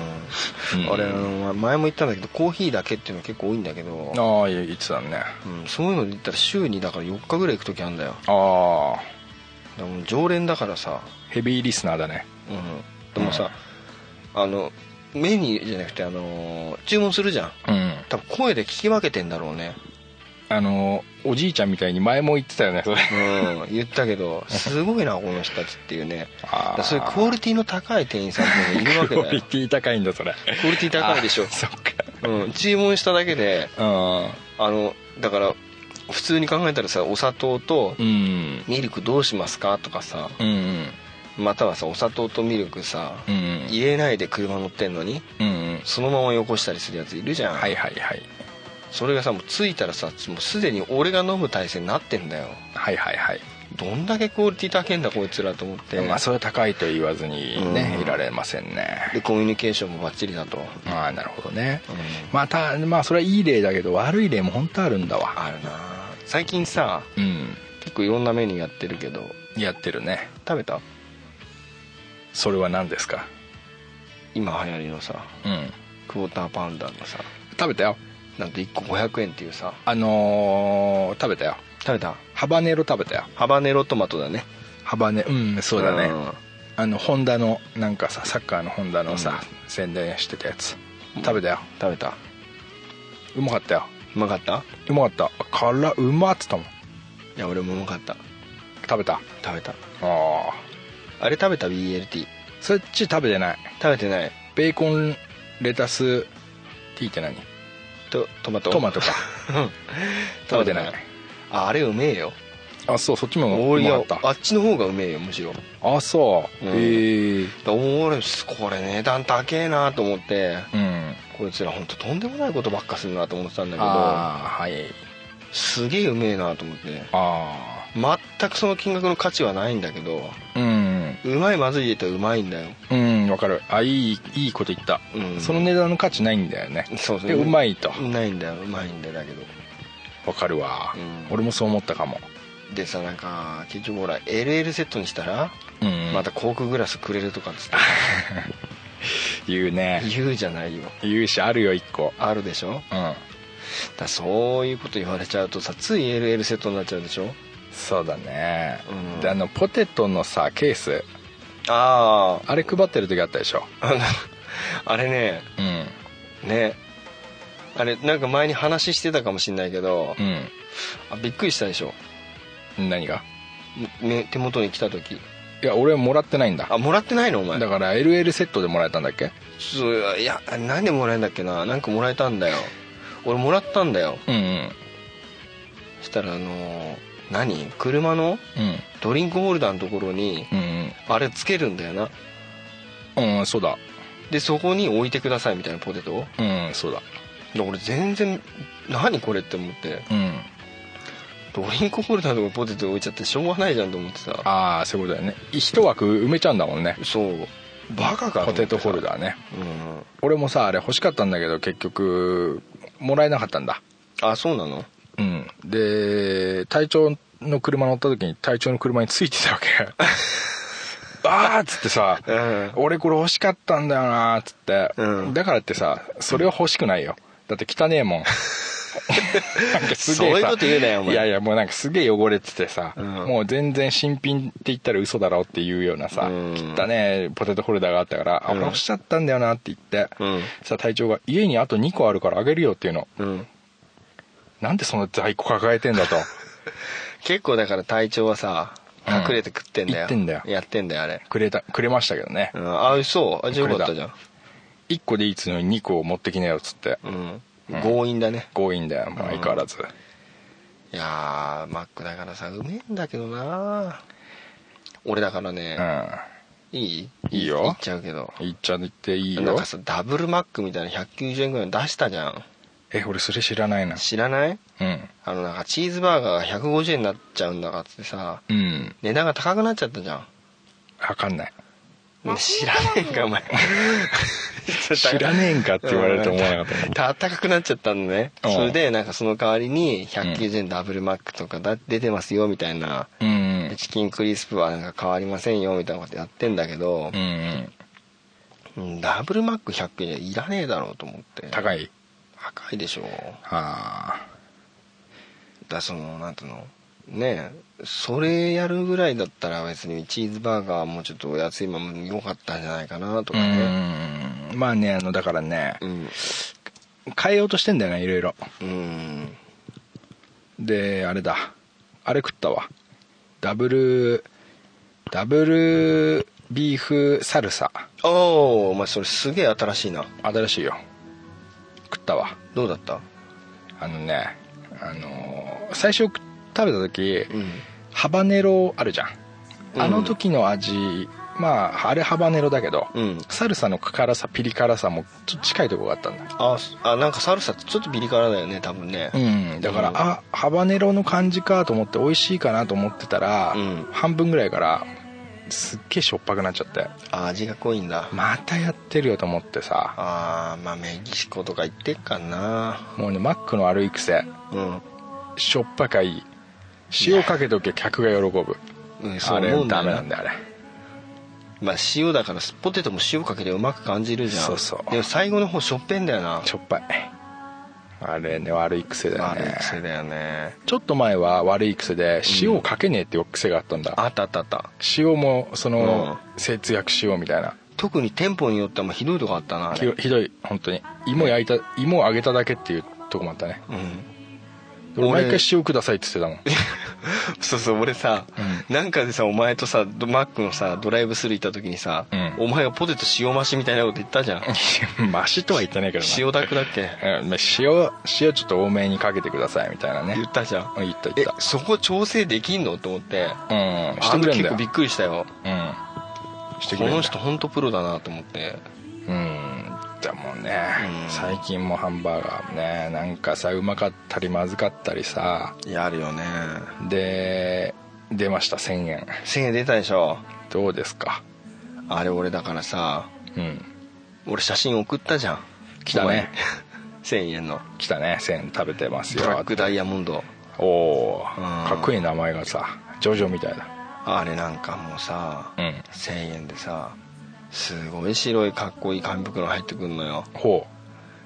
Speaker 3: ん、
Speaker 4: うん
Speaker 3: 俺あの前も言ったんだけどコーヒーだけっていうの結構多いんだけど、
Speaker 4: ああいつだね
Speaker 3: うん、そういうので言ったら週にだから4日ぐらい行く時あるんだよ
Speaker 4: ああ
Speaker 3: だからもう常連だからさ、
Speaker 4: ヘビーリスナーだね
Speaker 3: うん、でもさ、あのメニューじゃなくてあのー注文するじゃん
Speaker 4: うん
Speaker 3: 多分声で聞き分けてんだろうね
Speaker 4: あのおじいちゃんみたいに前も言ってたよねそれ [laughs]
Speaker 3: うん言ったけどすごいなこの人たちっていうねだ
Speaker 4: あ
Speaker 3: か
Speaker 4: ー
Speaker 3: らそういうクオリティの高い店員さんっていうのがいるわけ
Speaker 4: [laughs] クオ
Speaker 3: だ
Speaker 4: リ
Speaker 3: よ
Speaker 4: ティ高いんだそれ
Speaker 3: クオリティ高いでしょ
Speaker 4: あそっ
Speaker 3: うん、注文しただけであ
Speaker 4: か
Speaker 3: のだから普通に考えたらさお砂糖と
Speaker 4: うんうん
Speaker 3: ミルクどうしますかとかさ
Speaker 4: うん
Speaker 3: またはさお砂糖とミルクさ、
Speaker 4: うん
Speaker 3: 入れないで車乗ってんのに
Speaker 4: うんうん
Speaker 3: そのままよこしたりするやついるじゃん、
Speaker 4: はいはいはい
Speaker 3: それがさもう着いたらさもうすでに俺が飲む体勢になってんだよ
Speaker 4: はいはいはい
Speaker 3: どんだけクオリティ高いんだこいつらと思って、
Speaker 4: まあそれは高いと言わずにね、
Speaker 3: うん
Speaker 4: いられませんね
Speaker 3: でコミュニケーションもバッチリだと、
Speaker 4: ああなるほどね、
Speaker 3: うん
Speaker 4: まあたまあそれはいい例だけど悪い例も本当あるんだわ
Speaker 3: あるな最近さ
Speaker 4: うん
Speaker 3: 結構いろんなメニューやってるけど
Speaker 4: やってるね
Speaker 3: 食べた
Speaker 4: それは何ですか
Speaker 3: 今流行りのさ
Speaker 4: うん
Speaker 3: クォーターパウンダーのさ
Speaker 4: 食べたよ
Speaker 3: なんと1個500円っていうさ
Speaker 4: あのー食べたよ
Speaker 3: 食べた
Speaker 4: ハバネロ食べたよ
Speaker 3: ハバネロトマトだね
Speaker 4: ハバネうんそうだね、
Speaker 3: ん
Speaker 4: あのホンダのなんかさサッカーのホンダのさ、宣伝してたやつ食べたよ
Speaker 3: 食べた
Speaker 4: うまかったよ
Speaker 3: うまかった
Speaker 4: うまかった辛うまっつったもん
Speaker 3: いや俺もうまかった
Speaker 4: 食べたあ
Speaker 3: 食べた
Speaker 4: あ
Speaker 3: あれ食べた BLT
Speaker 4: そっち食べてない
Speaker 3: 食べてない
Speaker 4: ベーコンレタスティーって何
Speaker 3: とトマト
Speaker 4: ト
Speaker 3: [laughs]
Speaker 4: マトか食べてない
Speaker 3: ああれうめえよ
Speaker 4: あそうそっちも
Speaker 3: お
Speaker 4: う
Speaker 3: いや
Speaker 4: まかっ
Speaker 3: あっちの方がうめえよむしろだ
Speaker 4: たあそう、
Speaker 3: うん
Speaker 4: へえ
Speaker 3: 俺これ値段高えなと思って
Speaker 4: うん
Speaker 3: こいつら本当とんでもないことばっかするなと思ってたんだけど
Speaker 4: ああはい
Speaker 3: すげえうめえなと思って
Speaker 4: あ
Speaker 3: 全くその金額の価値はないんだけど
Speaker 4: あうん
Speaker 3: うまいまずいで言ったらうまいんだよ
Speaker 4: うんわかるあいいいいこと言った、
Speaker 3: うん
Speaker 4: その値段の価値ないんだよね
Speaker 3: そうそう
Speaker 4: でうまいと
Speaker 3: ないんだようまいんだよだけど
Speaker 4: わかるわ、
Speaker 3: うん
Speaker 4: 俺もそう思ったかも
Speaker 3: でさなんか結局ほら LL セットにしたら
Speaker 4: うん
Speaker 3: またコークグラスくれるとかっ
Speaker 4: [laughs]
Speaker 3: つって
Speaker 4: 言うね
Speaker 3: 言うじゃないよ
Speaker 4: 言うしあるよ一個
Speaker 3: あるでしょ
Speaker 4: うん
Speaker 3: だからそういうこと言われちゃうとさつい LL セットになっちゃうでしょ
Speaker 4: そうだね、
Speaker 3: うん
Speaker 4: であのポテトのさケース
Speaker 3: あ
Speaker 4: あれ配ってる時あったでしょ
Speaker 3: あのあれね
Speaker 4: うん
Speaker 3: ねあれなんか前に話してたかもしんないけど、あびっくりしたでしょ
Speaker 4: うん何が
Speaker 3: め手元に来た時
Speaker 4: いや俺はもらってないんだ
Speaker 3: あもらってないのお前
Speaker 4: だから LL セットでもらえたんだっけ
Speaker 3: そういや何でもらえんだっけななんかもらえたんだよ俺もらったんだよ
Speaker 4: うんうん
Speaker 3: そしたらあのー何車の
Speaker 4: うん
Speaker 3: ドリンクホルダーのところに
Speaker 4: うん
Speaker 3: あれつけるんだよな
Speaker 4: うんうんそうだ
Speaker 3: でそこに置いてくださいみたいなポテトを
Speaker 4: うんそうだ
Speaker 3: で俺全然何これって思って
Speaker 4: うん
Speaker 3: ドリンクホルダーのとこにポテト置いちゃってしょうがないじゃんと思ってさ
Speaker 4: ああそういうことだよね一枠埋めちゃうんだもんね
Speaker 3: そうバカか
Speaker 4: ポテトホル
Speaker 3: ー
Speaker 4: ダーね
Speaker 3: うん
Speaker 4: 俺もさあれ欲しかったんだけど結局もらえなかったんだ
Speaker 3: あそうなの
Speaker 4: うんで隊長の車乗った時に隊長の車についてたわけあーっつってさ
Speaker 3: うん
Speaker 4: 俺これ欲しかったんだよなーっつって、
Speaker 3: うん [laughs]
Speaker 4: だからってさそれは欲しくないよだって汚ねえもんなんかす
Speaker 3: そう
Speaker 4: げえさ
Speaker 3: いうこと言うなよお前
Speaker 4: いやいやもうなんかすげえ汚れててさ、
Speaker 3: うん
Speaker 4: もう全然新品って言ったら嘘だろっていうようなさ、
Speaker 3: うん
Speaker 4: 切ったねポテトホルダーがあったから、あ
Speaker 3: うん
Speaker 4: 俺落ちちゃったんだよなって言って、
Speaker 3: うん
Speaker 4: さ隊長が家にあと2個あるからあげるよっていうの
Speaker 3: うん
Speaker 4: なんでその在庫抱えて
Speaker 3: [laughs]
Speaker 4: んだと
Speaker 3: 結構だから体調はさ
Speaker 4: うん
Speaker 3: 隠れて食ってんだよ,、
Speaker 4: 言ってんだよ
Speaker 3: やってんだよあれ、
Speaker 4: くれたくれましたけどね、
Speaker 3: うん、ああそうあじゃあよかったじゃん
Speaker 4: 1個でいいっつうのに2個を持ってきなよっつって、
Speaker 3: うん
Speaker 4: うん
Speaker 3: 強引だね
Speaker 4: 強引だよもう相変わらず、
Speaker 3: いやーマックだからさうめえんだけどな俺だから
Speaker 4: う
Speaker 3: ね
Speaker 4: ん、
Speaker 3: いい
Speaker 4: いいよ
Speaker 3: 言っちゃうけど
Speaker 4: 言っちゃっていい
Speaker 3: なん
Speaker 4: よ
Speaker 3: かさダブルマックみたいな190円ぐらいの出したじゃん
Speaker 4: え俺それ知らないな
Speaker 3: 知らない
Speaker 4: うん
Speaker 3: あのなんかチーズバーガーが150円になっちゃうんだからってさ
Speaker 4: うん
Speaker 3: 値段が高くなっちゃったじゃん
Speaker 4: 分かんない
Speaker 3: ね知らねえんかお前
Speaker 4: [laughs] 知らねえんかって言われると思わなかったね
Speaker 3: た高くなっちゃったのね
Speaker 4: うん
Speaker 3: それでなんかその代わりに190円ダブルマックとかだ出てますよみたいな
Speaker 4: うん
Speaker 3: でチキンクリスプはなんか変わりませんよみたいなことやってんだけど
Speaker 4: うん、うん
Speaker 3: うんダブルマック100円いらねえだろうと思って
Speaker 4: 高い
Speaker 3: 高いでしょ
Speaker 4: あ
Speaker 3: だそのなんていうのねえそれやるぐらいだったら別にチーズバーガーもちょっとお安いまま良かったんじゃないかなとか
Speaker 4: う
Speaker 3: ね
Speaker 4: んまあねあのだからね
Speaker 3: うん
Speaker 4: 変えようとしてんだよねいろいろ
Speaker 3: うん
Speaker 4: であれだあれ食ったわダブルダブルビーフサルサ
Speaker 3: おおお前それすげえ新しいな
Speaker 4: 新しいよ食ったわ
Speaker 3: どうだった
Speaker 4: あのねあのー最初食べた時、
Speaker 3: うん
Speaker 4: ハバネロあるじゃん
Speaker 3: うん
Speaker 4: あの時の味、まああれハバネロだけど、
Speaker 3: うん
Speaker 4: サルサの辛さピリ辛さもちょっと近いとこがあったんだ
Speaker 3: あすあなんかサルサってちょっとビリ辛だよね多分ね
Speaker 4: うんだから、
Speaker 3: うん
Speaker 4: あハバネロの感じかと思って美味しいかなと思ってたら、
Speaker 3: うん
Speaker 4: 半分ぐらいからすっげえしょっぱくなっちゃって
Speaker 3: あ味が濃いんだ
Speaker 4: またやってるよと思ってさ
Speaker 3: あーまあメキシコとか行ってっかな
Speaker 4: もうねマックの悪い癖
Speaker 3: うん
Speaker 4: しょっぱかいい塩かけとけ客が喜ぶ
Speaker 3: うんそう
Speaker 4: あれ
Speaker 3: 思うんだ
Speaker 4: ダ
Speaker 3: よ
Speaker 4: メ
Speaker 3: な
Speaker 4: なんだよあれ
Speaker 3: まあ塩だからポテトも塩かけてうまく感じるじゃん
Speaker 4: そうそう
Speaker 3: でも最後の方しょっぺんだよな
Speaker 4: しょっぱいあれね悪い癖だよね
Speaker 3: 悪い癖だよね
Speaker 4: ちょっと前は悪い癖で塩をかけねえっていう癖があったんだ、
Speaker 3: あったあったあった
Speaker 4: 塩もその
Speaker 3: う
Speaker 4: 節約しようみたいな、
Speaker 3: 特に店舗によってはもうひどいとこあったなあ
Speaker 4: ひ
Speaker 3: れ
Speaker 4: どひどい本当に芋焼いた芋を揚げただけっていうとこもあったね
Speaker 3: うん
Speaker 4: 俺
Speaker 3: 俺
Speaker 4: 毎回塩くださいって言ってたもん
Speaker 3: そうそう俺さ、なんかでさお前とさドマックのさドライブスルー行った時にさ、
Speaker 4: うん
Speaker 3: お前がポテト塩増しみたいなこと言ったじゃん
Speaker 4: [laughs] マシとは言ってないけどな
Speaker 3: 塩だくだっけ
Speaker 4: うんまあ塩塩ちょっと多めにかけてくださいみたいなね
Speaker 3: 言ったじゃん
Speaker 4: うん言った言
Speaker 3: え
Speaker 4: った
Speaker 3: そこ調整できんのと思って
Speaker 4: うんし
Speaker 3: あ
Speaker 4: て
Speaker 3: の
Speaker 4: くれん
Speaker 3: 時
Speaker 4: だ
Speaker 3: 結
Speaker 4: よ
Speaker 3: 構びっくりしたよ
Speaker 4: うんしてく
Speaker 3: こ
Speaker 4: れんだ
Speaker 3: の人本当プロだなと思って
Speaker 4: うんだもんね、
Speaker 3: うん
Speaker 4: 最近もハンバーガーもねなんかさうまかったりまずかったりさ
Speaker 3: やるよね
Speaker 4: で出ました1000円
Speaker 3: 1000円出たでしょ
Speaker 4: どうですか
Speaker 3: あれ俺だからさ
Speaker 4: うん
Speaker 3: 俺写真送ったじゃん
Speaker 4: 来た
Speaker 3: お
Speaker 4: ね
Speaker 3: 前 [laughs] 1000円の
Speaker 4: 来たね1000円食べてます
Speaker 3: ブ
Speaker 4: よ
Speaker 3: ラックダイヤモンド
Speaker 4: おお
Speaker 3: うん
Speaker 4: かっこいい名前がさジョジョみたいだ
Speaker 3: あれなんかもうさ、
Speaker 4: うん
Speaker 3: 1000円でさすごい白いかっこいい紙袋が入ってくるのよ
Speaker 4: ほ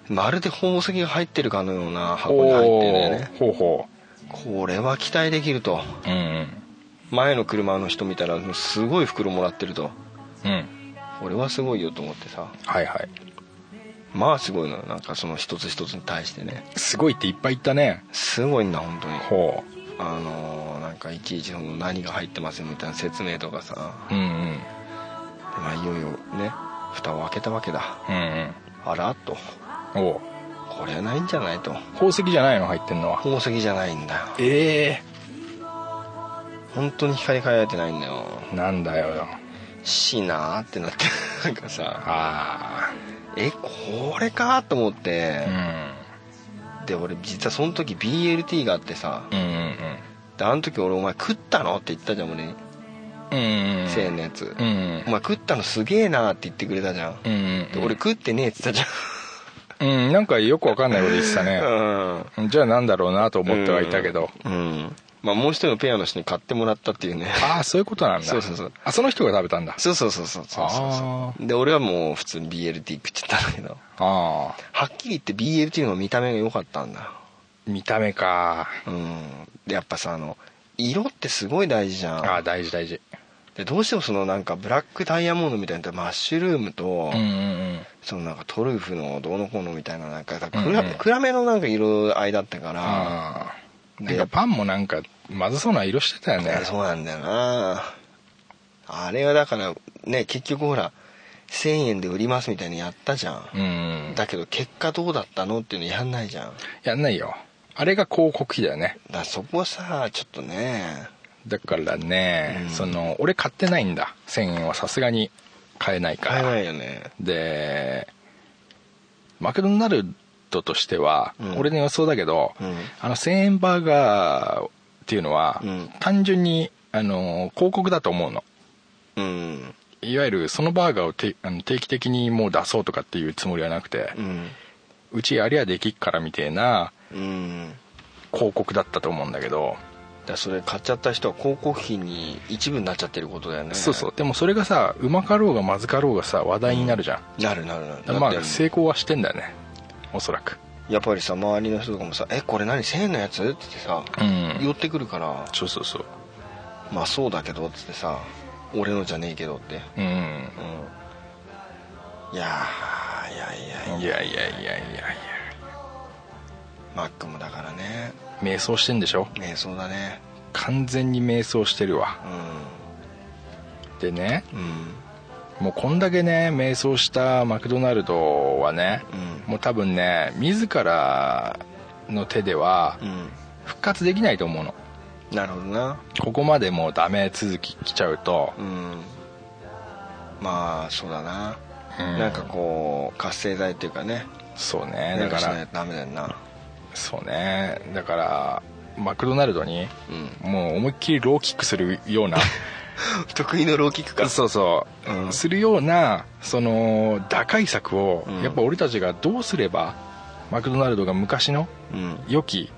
Speaker 3: まるで宝石が入ってるかのような
Speaker 4: う
Speaker 3: 箱に入ってるんだよね
Speaker 4: おーほうほ
Speaker 3: これは期待できると
Speaker 4: ううん
Speaker 3: 前の車の人見たらもうすごい袋もらってると
Speaker 4: うんうん
Speaker 3: 俺はすごいよと思ってさ
Speaker 4: はいはい
Speaker 3: まあすごいのよなんかその一つ一つに対してね
Speaker 4: すごいっていっぱい言ったね
Speaker 3: すごいんだ本当に
Speaker 4: ほ
Speaker 3: あのーなんかいちいちその何が入ってますよみたいな説明とかさ
Speaker 4: ううんうん
Speaker 3: でまあいよいよね蓋を開けたわけだ
Speaker 4: うん
Speaker 3: あらと
Speaker 4: うんおう
Speaker 3: これはないんじゃないと
Speaker 4: 宝石じゃないの入ってんのは
Speaker 3: 宝石じゃないんだよ
Speaker 4: え
Speaker 3: 本当に光り輝いてないんだよ
Speaker 4: えなんだよ
Speaker 3: しなーってなって [laughs] なんかさ
Speaker 4: あ
Speaker 3: えこれかと思って
Speaker 4: あう、ん
Speaker 3: で俺実はその時 BLT があってさ
Speaker 4: うんうん
Speaker 3: であの時俺お前食ったのって言ったじゃん俺に
Speaker 4: うんうん
Speaker 3: 1000円のやつ、
Speaker 4: うん
Speaker 3: お前食ったのすげえなーって言ってくれたじゃん、
Speaker 4: うんうん
Speaker 3: で俺食ってねえって言ったじ
Speaker 4: うんなんかよくわかんないこと言ってた
Speaker 3: ゃ
Speaker 4: ね
Speaker 3: ん、 [laughs] うん
Speaker 4: じゃあなんだろうなと思ってはいたけど、
Speaker 3: うんまあもう一人のペアの人に買ってもらったっていうね
Speaker 4: ああそういうことなんだ
Speaker 3: そうそうそう
Speaker 4: あその人が食べたんだ
Speaker 3: [laughs] そうそうそうそうそうそう
Speaker 4: あ
Speaker 3: で俺はもう普通に BLT 食っちゃったんだけど
Speaker 4: ああ
Speaker 3: はっきり言って BLT の見た目が良かったんだ
Speaker 4: 見た目か
Speaker 3: うんでやっぱさあの色ってすごい大事じゃん
Speaker 4: ああ大事大事
Speaker 3: でどうしてもそのなんかブラックダイヤモンドみたいなマッシュルームと、
Speaker 4: うんうん
Speaker 3: そのなんかトルーフのどうのこうのみたいななんか暗,、
Speaker 4: うんうん
Speaker 3: 暗めのなんか色合いだったから、
Speaker 4: ああな
Speaker 3: で
Speaker 4: んかパンもなんかまずそうな色してたよ
Speaker 3: い
Speaker 4: ね
Speaker 3: やそうなんだよなあれはだからね結局ほら1000円で売りますみたいにやったじゃん、
Speaker 4: うん
Speaker 3: だけど結果どうだったのっていうのやんないじゃんだか
Speaker 4: やんないよあれが広告費だよね
Speaker 3: らそこさちょっとね
Speaker 4: だからね、
Speaker 3: うん
Speaker 4: その俺買ってないんだ1000円はさすがに買えないから
Speaker 3: 買えないよね
Speaker 4: でマクドナルドとしては、
Speaker 3: うん
Speaker 4: 俺の予想だけど、
Speaker 3: うん
Speaker 4: あの1000円バーガーっていうのは、
Speaker 3: うん
Speaker 4: 単純にあの広告だと思うの
Speaker 3: うん
Speaker 4: いわゆるそのバーガーをてあの定期的にもう出そうとかっていうつもりはなくて
Speaker 3: う、ん
Speaker 4: うちやりゃできっからみたいな
Speaker 3: うんだか
Speaker 4: 広告だったと思うんだけど、
Speaker 3: らそれ買っちゃった人は広告費に一部になっちゃってることだよね
Speaker 4: そうそうでもそれがさうまかろうがまずかろうがさ話題になるじゃん、
Speaker 3: なるなるなる
Speaker 4: だからま
Speaker 3: だっ
Speaker 4: あ
Speaker 3: て
Speaker 4: 成功はしてんだよねおそらく
Speaker 3: やっぱりさ周りの人とかもさ「えこれ何1000円のやつ?」って言ってさ、
Speaker 4: うん
Speaker 3: 寄ってくるから
Speaker 4: そうそうそう
Speaker 3: 「まあそうだけど」っつってさ「俺のじゃねえけど」って、
Speaker 4: うん
Speaker 3: いやーいやいやいや
Speaker 4: いやいやいやいやいや
Speaker 3: マックもだからね
Speaker 4: 瞑想してんでしょ
Speaker 3: ねそうだね
Speaker 4: 完全に瞑想してるわ
Speaker 3: う
Speaker 4: でね
Speaker 3: んうん
Speaker 4: もうこんだけね瞑想したマクドナルドはね、
Speaker 3: うん
Speaker 4: もう多分ね自らの手では
Speaker 3: うん
Speaker 4: 復活できないと思うの
Speaker 3: なるほどな
Speaker 4: ここまでもうダメ続き来ちゃうと
Speaker 3: うんまあそうだな、
Speaker 4: うん
Speaker 3: なんかこう活性剤っていうかね
Speaker 4: そうね
Speaker 3: な
Speaker 4: だ
Speaker 3: んか
Speaker 4: か
Speaker 3: しない
Speaker 4: ら
Speaker 3: とダメだよな
Speaker 4: そうねだからマクドナルドに
Speaker 3: う
Speaker 4: もう思いっきりローキックするような
Speaker 3: [laughs] 得意のローキックか
Speaker 4: そうそう、
Speaker 3: うん
Speaker 4: するようなその打開策を、
Speaker 3: うん
Speaker 4: やっぱ俺たちがどうすればマクドナルドが昔の
Speaker 3: うん
Speaker 4: 良き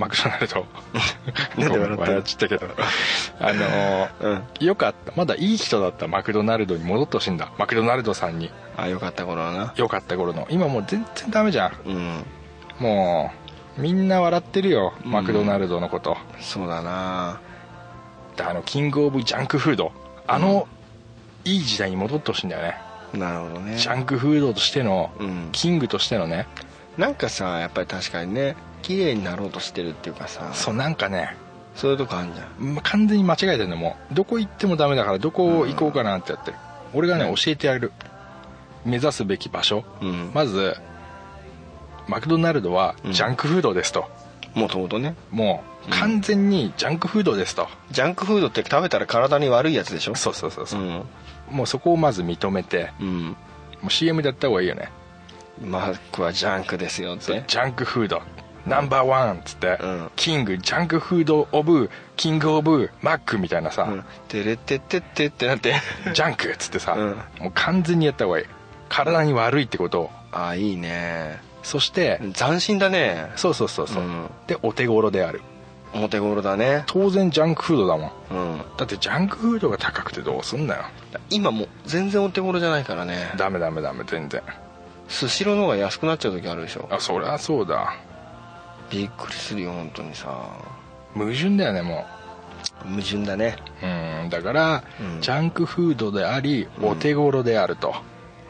Speaker 4: マクドナルド
Speaker 3: [laughs] なんで笑ったの
Speaker 4: ごめっちゃったけど [laughs] あの
Speaker 3: うん
Speaker 4: よかったまだいい人だったマクドナルドに戻ってほしいんだマクドナルドさんに
Speaker 3: あよかった頃はな
Speaker 4: 良かった頃の今もう全然ダメじゃん
Speaker 3: うん
Speaker 4: もうみんな笑ってるよマクドナルドのこと、
Speaker 3: そうだな
Speaker 4: であのキングオブジャンクフードあの、いい時代に戻ってほしいんだよね
Speaker 3: なるほどね
Speaker 4: ジャンクフードとしての、
Speaker 3: うん
Speaker 4: キングとしてのね
Speaker 3: なんかさやっぱり確かにね綺麗になろうとしてるっていうかさ
Speaker 4: そうなんかね
Speaker 3: そういうとこあんじゃん
Speaker 4: ま完全に間違えてるのもうどこ行ってもダメだからどこ行こうかなってやってる、俺がね教えてやる目指すべき場所、
Speaker 3: うん
Speaker 4: まずマクドナルドは
Speaker 3: うん
Speaker 4: ジャンクフードですと、
Speaker 3: もともとね
Speaker 4: もう完全にジャンクフードですと、
Speaker 3: ジャンクフードって食べたら体に悪いやつでしょ
Speaker 4: そうそうそうそう、
Speaker 3: ん
Speaker 4: もうそこをまず認めて
Speaker 3: うん
Speaker 4: もう CM でやった方がいいよね
Speaker 3: マックはジャンクですよっ
Speaker 4: そう
Speaker 3: て
Speaker 4: ジャンクフードナンバーワンっつって、
Speaker 3: うん
Speaker 4: キングジャンクフードオブキングオブマックみたいなさ、
Speaker 3: うんてれってってってってなって [laughs]
Speaker 4: [laughs] ジャンクっつってさ、
Speaker 3: うん
Speaker 4: もう完全にやった方がいい体に悪いってことを
Speaker 3: あいいね
Speaker 4: そして、
Speaker 3: 斬新だね
Speaker 4: そうそうそうそう、
Speaker 3: うん
Speaker 4: でお手頃である
Speaker 3: お手頃だね
Speaker 4: 当然ジャンクフードだもん
Speaker 3: うん
Speaker 4: だってジャンクフードが高くてどうすんだよ
Speaker 3: 今もう全然お手頃じゃないからね
Speaker 4: ダメダメダメ全然
Speaker 3: スシローの方が安くなっちゃう時あるでしょ
Speaker 4: あそりゃそうだ
Speaker 3: びっくりするよ本当にさ
Speaker 4: 矛盾だよねも
Speaker 3: 矛盾だね
Speaker 4: ううんだから、
Speaker 3: うん
Speaker 4: ジャンクフードでありお手頃であると、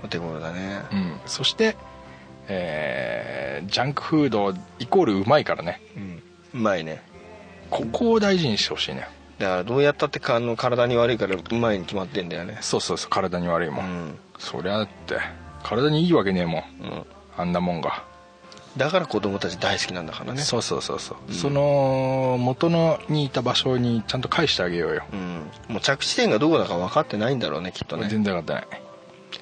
Speaker 3: お手頃だね
Speaker 4: うん、そして、えージャンクフードイコールうまいからね
Speaker 3: うんうまいね
Speaker 4: ここを大事にしてほしいね
Speaker 3: だからどうやったってかあの体に悪いからうまいに決まってんだよね
Speaker 4: そうそうそう体に悪いもん、
Speaker 3: うん
Speaker 4: そりゃだって体にいいわけねえもん
Speaker 3: うん
Speaker 4: あんなもんが、
Speaker 3: だから子供たち大好きなんだからね
Speaker 4: そうそうそうそう、その元のにいた場所にちゃんと返してあげようよ、
Speaker 3: うんもう着地点がどこだか分かってないんだろうねきっとね
Speaker 4: 全然わかってない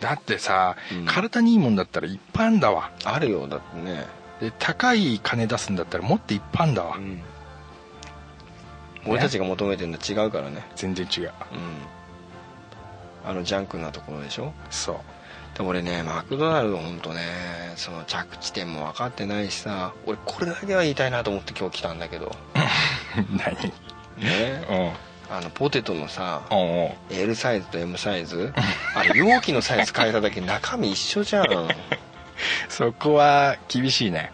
Speaker 4: だってさ、
Speaker 3: うん
Speaker 4: 体にいいもんだったらいっぱいあんだわ
Speaker 3: あるよだってね
Speaker 4: で高い金出すんだったらもっといっぱいあんだわ、
Speaker 3: 俺たちが求めてるの違うからね
Speaker 4: 全然違う
Speaker 3: あのジャンクなところでしょ
Speaker 4: そう
Speaker 3: [laughs] で俺ねマクドナルド本当ねその着地点も分かってないしさ俺これだけは言いたいなと思って今日来たんだけど
Speaker 4: 何
Speaker 3: ね
Speaker 4: うん
Speaker 3: あのポテトのさ
Speaker 4: うんうん
Speaker 3: L サイズと M サイズあれ容器のサイズ変えただけ中
Speaker 4: [laughs]
Speaker 3: 身一緒じゃん、うん、
Speaker 4: そこは厳しいね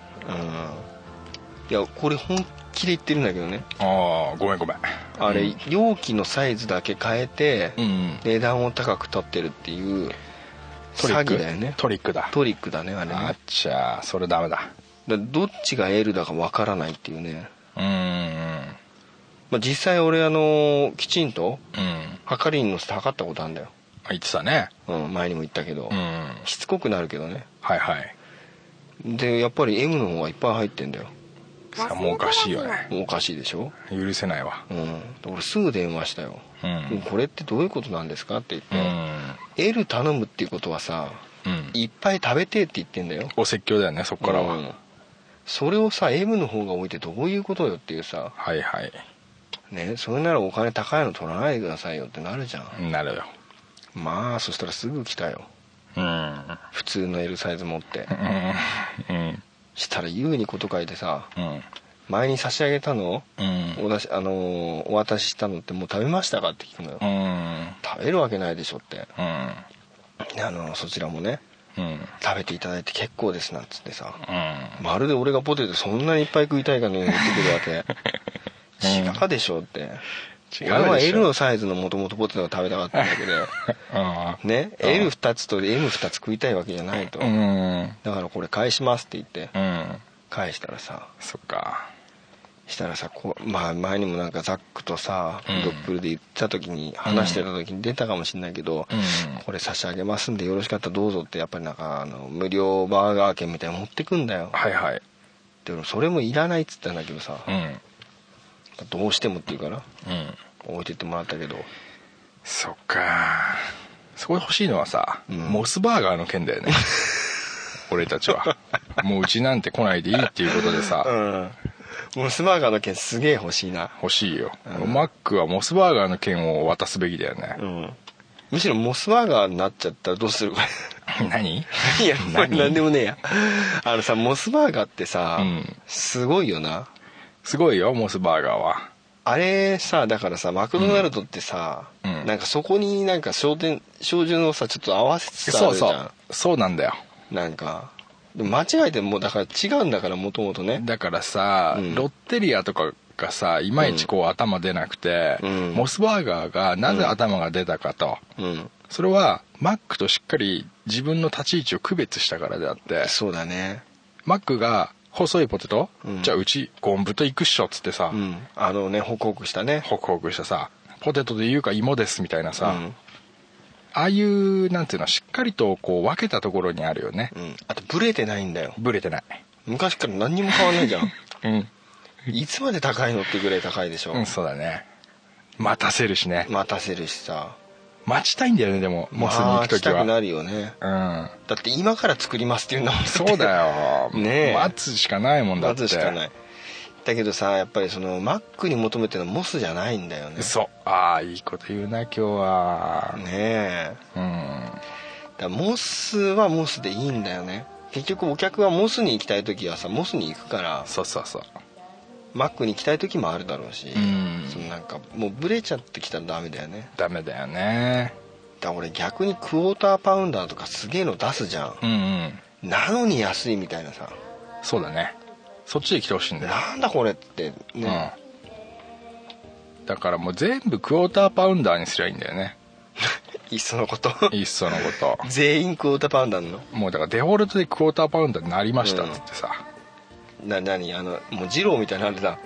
Speaker 3: いやこれ本気で言ってるんだけどね
Speaker 4: ああごめんごめん
Speaker 3: あれ、容器のサイズだけ変えて、
Speaker 4: うんうん
Speaker 3: 値段を高く取ってるっていう
Speaker 4: トリッ
Speaker 3: 詐
Speaker 4: ク
Speaker 3: 欺だよね
Speaker 4: トリックだ
Speaker 3: トリックだねあれね
Speaker 4: あっちゃそれダメだ
Speaker 3: だどっちが L だかわからないっていうね、
Speaker 4: うーん
Speaker 3: まあ、実際俺あのきちんと
Speaker 4: うん
Speaker 3: 測りに乗せて測ったことあるんだよ、
Speaker 4: 言ってたね
Speaker 3: うん、前にも言ったけど、
Speaker 4: うん
Speaker 3: しつこくなるけどね
Speaker 4: はいはい
Speaker 3: でやっぱり M の方がいっぱい入ってんだよ
Speaker 4: それはもうおかしいよね
Speaker 3: おかしいでしょ、
Speaker 4: 許せないわ
Speaker 3: うん、で俺すぐ電話したよ、
Speaker 4: うん
Speaker 3: もうこれってどういうことなんですかって
Speaker 4: う
Speaker 3: 言って、
Speaker 4: ん
Speaker 3: L 頼むっていうことはさ
Speaker 4: うん
Speaker 3: いっぱい食べてえって言ってんだよ
Speaker 4: お説教だよねそこからは、
Speaker 3: うんそれをさ M の方が置いてどういうことよっていうさ
Speaker 4: はいはい
Speaker 3: ねそれならお金高いの取らないでくださいよってなるじゃん、
Speaker 4: なるよ
Speaker 3: まあそしたらすぐ来たよ
Speaker 4: うん
Speaker 3: 普通の L サイズ持って
Speaker 4: うん
Speaker 3: したら優にこと書いてさ
Speaker 4: うん
Speaker 3: 前に差し上げたの
Speaker 4: うん
Speaker 3: お出しあのーお渡ししたのってもう食べましたかって聞くのよ
Speaker 4: うん
Speaker 3: 食べるわけないでしょって
Speaker 4: うん
Speaker 3: であのそちらもね
Speaker 4: うん
Speaker 3: 食べていただいて結構ですなんつってさ
Speaker 4: うん
Speaker 3: まるで俺がポテトそんなにいっぱい食いたいかのように言ってくるわ
Speaker 4: [laughs]
Speaker 3: け違うでしょって
Speaker 4: 違うでしょ
Speaker 3: 俺は L のサイズのもともとポテトが食べたかったんだけど
Speaker 4: [laughs] あ
Speaker 3: ね L2 つと M2 つ食いたいわけじゃないと
Speaker 4: あうん
Speaker 3: だからこれ返しますって言って
Speaker 4: うん
Speaker 3: 返したらさ
Speaker 4: そっか
Speaker 3: したらさこう、まあ、前にもなんかザックとさ
Speaker 4: うん
Speaker 3: ドップルで言った時に話してた時に出たかもしれないけど、
Speaker 4: うん
Speaker 3: これ差し上げますんでよろしかったらどうぞってやっぱりなんかあの無料バーガー券みたいなの持ってくんだよ
Speaker 4: はいはい
Speaker 3: で俺それもいらないっつったんだけどさ、
Speaker 4: うん
Speaker 3: どうしてもっていうから
Speaker 4: うん
Speaker 3: 置いてってもらったけど
Speaker 4: そっかそこで欲しいのはさ、
Speaker 3: うん
Speaker 4: モスバーガーの
Speaker 3: [laughs]
Speaker 4: 件だよね俺たちはもううちなんて来ないでいいっていうことでさ、
Speaker 3: んモスバーガーの件すげえ欲しいな
Speaker 4: 欲しいよ、マックはモスバーガーの件を渡すべきだよね、
Speaker 3: んむしろモスバーガーになっちゃったらどう
Speaker 4: [laughs]
Speaker 3: する
Speaker 4: 何
Speaker 3: いや何でもねえやあのさモスバーガーってさ、
Speaker 4: うん
Speaker 3: すごいよな
Speaker 4: すごいよモスバーガーは
Speaker 3: あれさだからさマクドナルドってさ、
Speaker 4: うんうん
Speaker 3: なんかそこになんか焦点照準をさちょっと合わせつつあ
Speaker 4: そ
Speaker 3: る
Speaker 4: う
Speaker 3: じゃん
Speaker 4: そうそうなんだよ
Speaker 3: なんかでも間違えてもうだから違うんだからもともとね
Speaker 4: だからさ、
Speaker 3: うん
Speaker 4: ロッテリアとかがさいまいちこう頭出なくて、
Speaker 3: うん
Speaker 4: モスバーガーがなぜ頭が出たかと、
Speaker 3: うん
Speaker 4: それはマックとしっかり自分の立ち位置を区別したからであって
Speaker 3: そうだね
Speaker 4: マックが細いポテト、
Speaker 3: うん
Speaker 4: じゃあうちゴンブと行くっしょっつってさ、
Speaker 3: うんあのねホクホクしたね
Speaker 4: ホクホクしたさポテトで言うか芋ですみたいなさ、
Speaker 3: うん
Speaker 4: ああいうなんていうのしっかりとこう分けたところにあるよね
Speaker 3: うん、あとブレてないんだよ
Speaker 4: ブレてない
Speaker 3: 昔から何にも変わんないじゃ
Speaker 4: [laughs]
Speaker 3: ん
Speaker 4: うん、
Speaker 3: いつまで高いのってぐらい高いでしょ、
Speaker 4: うん、そうだね待たせるしね
Speaker 3: 待たせるしさ
Speaker 4: 待ちたいんだよねでもモスに行く
Speaker 3: 待
Speaker 4: 時
Speaker 3: ちたくな
Speaker 4: は
Speaker 3: るよね
Speaker 4: うん
Speaker 3: だって今から作りますっていうんだもん
Speaker 4: そうだよ
Speaker 3: [laughs] ねえ
Speaker 4: 待つしかないもんだって
Speaker 3: 待つしかないだけどさやっぱりそのマックに求めてるのはモスじゃないんだよね
Speaker 4: そうああいいこと言うな今日は
Speaker 3: ねえ
Speaker 4: うん
Speaker 3: だからモスはモスでいいんだよね結局お客はモスに行きたい時はさモスに行くから
Speaker 4: そうそうそう
Speaker 3: マックに行きたい時もあるだろうし、
Speaker 4: ん
Speaker 3: そのなんかもうブレちゃってきたらダメだよね
Speaker 4: ダメだよね
Speaker 3: だから俺逆にクォーターパウンダーとかすげえの出すじゃん
Speaker 4: うんうん
Speaker 3: なのに安いみたいなさ
Speaker 4: そうだねそっちで来てほしいんだよ、
Speaker 3: なんだこれってね、
Speaker 4: うんだからもう全部クォーターパウンダーにすりゃいいんだよね
Speaker 3: いっそのこと
Speaker 4: いっそのこ
Speaker 3: [laughs] 全員クォーターパウンダーなの
Speaker 4: ともうだからデフォルトでクォーターパウンダーになりましたっつってさ、
Speaker 3: な何あのもう二郎みたいなのあれだ、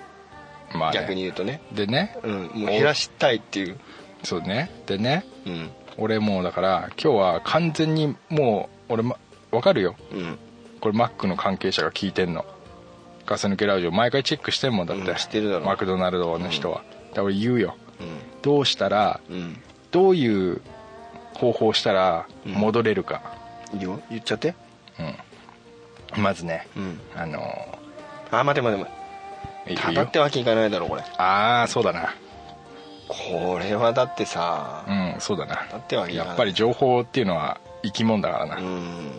Speaker 4: まあね、
Speaker 3: 逆に言うとね
Speaker 4: でね
Speaker 3: うんもう減らしたいっていう
Speaker 4: そうねでね
Speaker 3: うん
Speaker 4: 俺もうだから今日は完全にもう俺、ま、分かるよ
Speaker 3: うん
Speaker 4: これマックの関係者が聞いてんのガス抜けラジオ毎回チェックしてんもんだって、
Speaker 3: うん知ってるだろ
Speaker 4: マクドナルドの人は、だから俺言うよどうしたら
Speaker 3: うん
Speaker 4: どういう方法をしたら戻れるか、
Speaker 3: うんいいよ言っちゃって
Speaker 4: まずね、
Speaker 3: うん
Speaker 4: あの
Speaker 3: あ待て待て待
Speaker 4: いい
Speaker 3: て
Speaker 4: よ
Speaker 3: ただってわけいかないだろこれ
Speaker 4: ああそうだな
Speaker 3: これはだってさ
Speaker 4: うんそうだな
Speaker 3: だってはいいかな
Speaker 4: やっぱり情報っていうのは生き物だからな、
Speaker 3: うん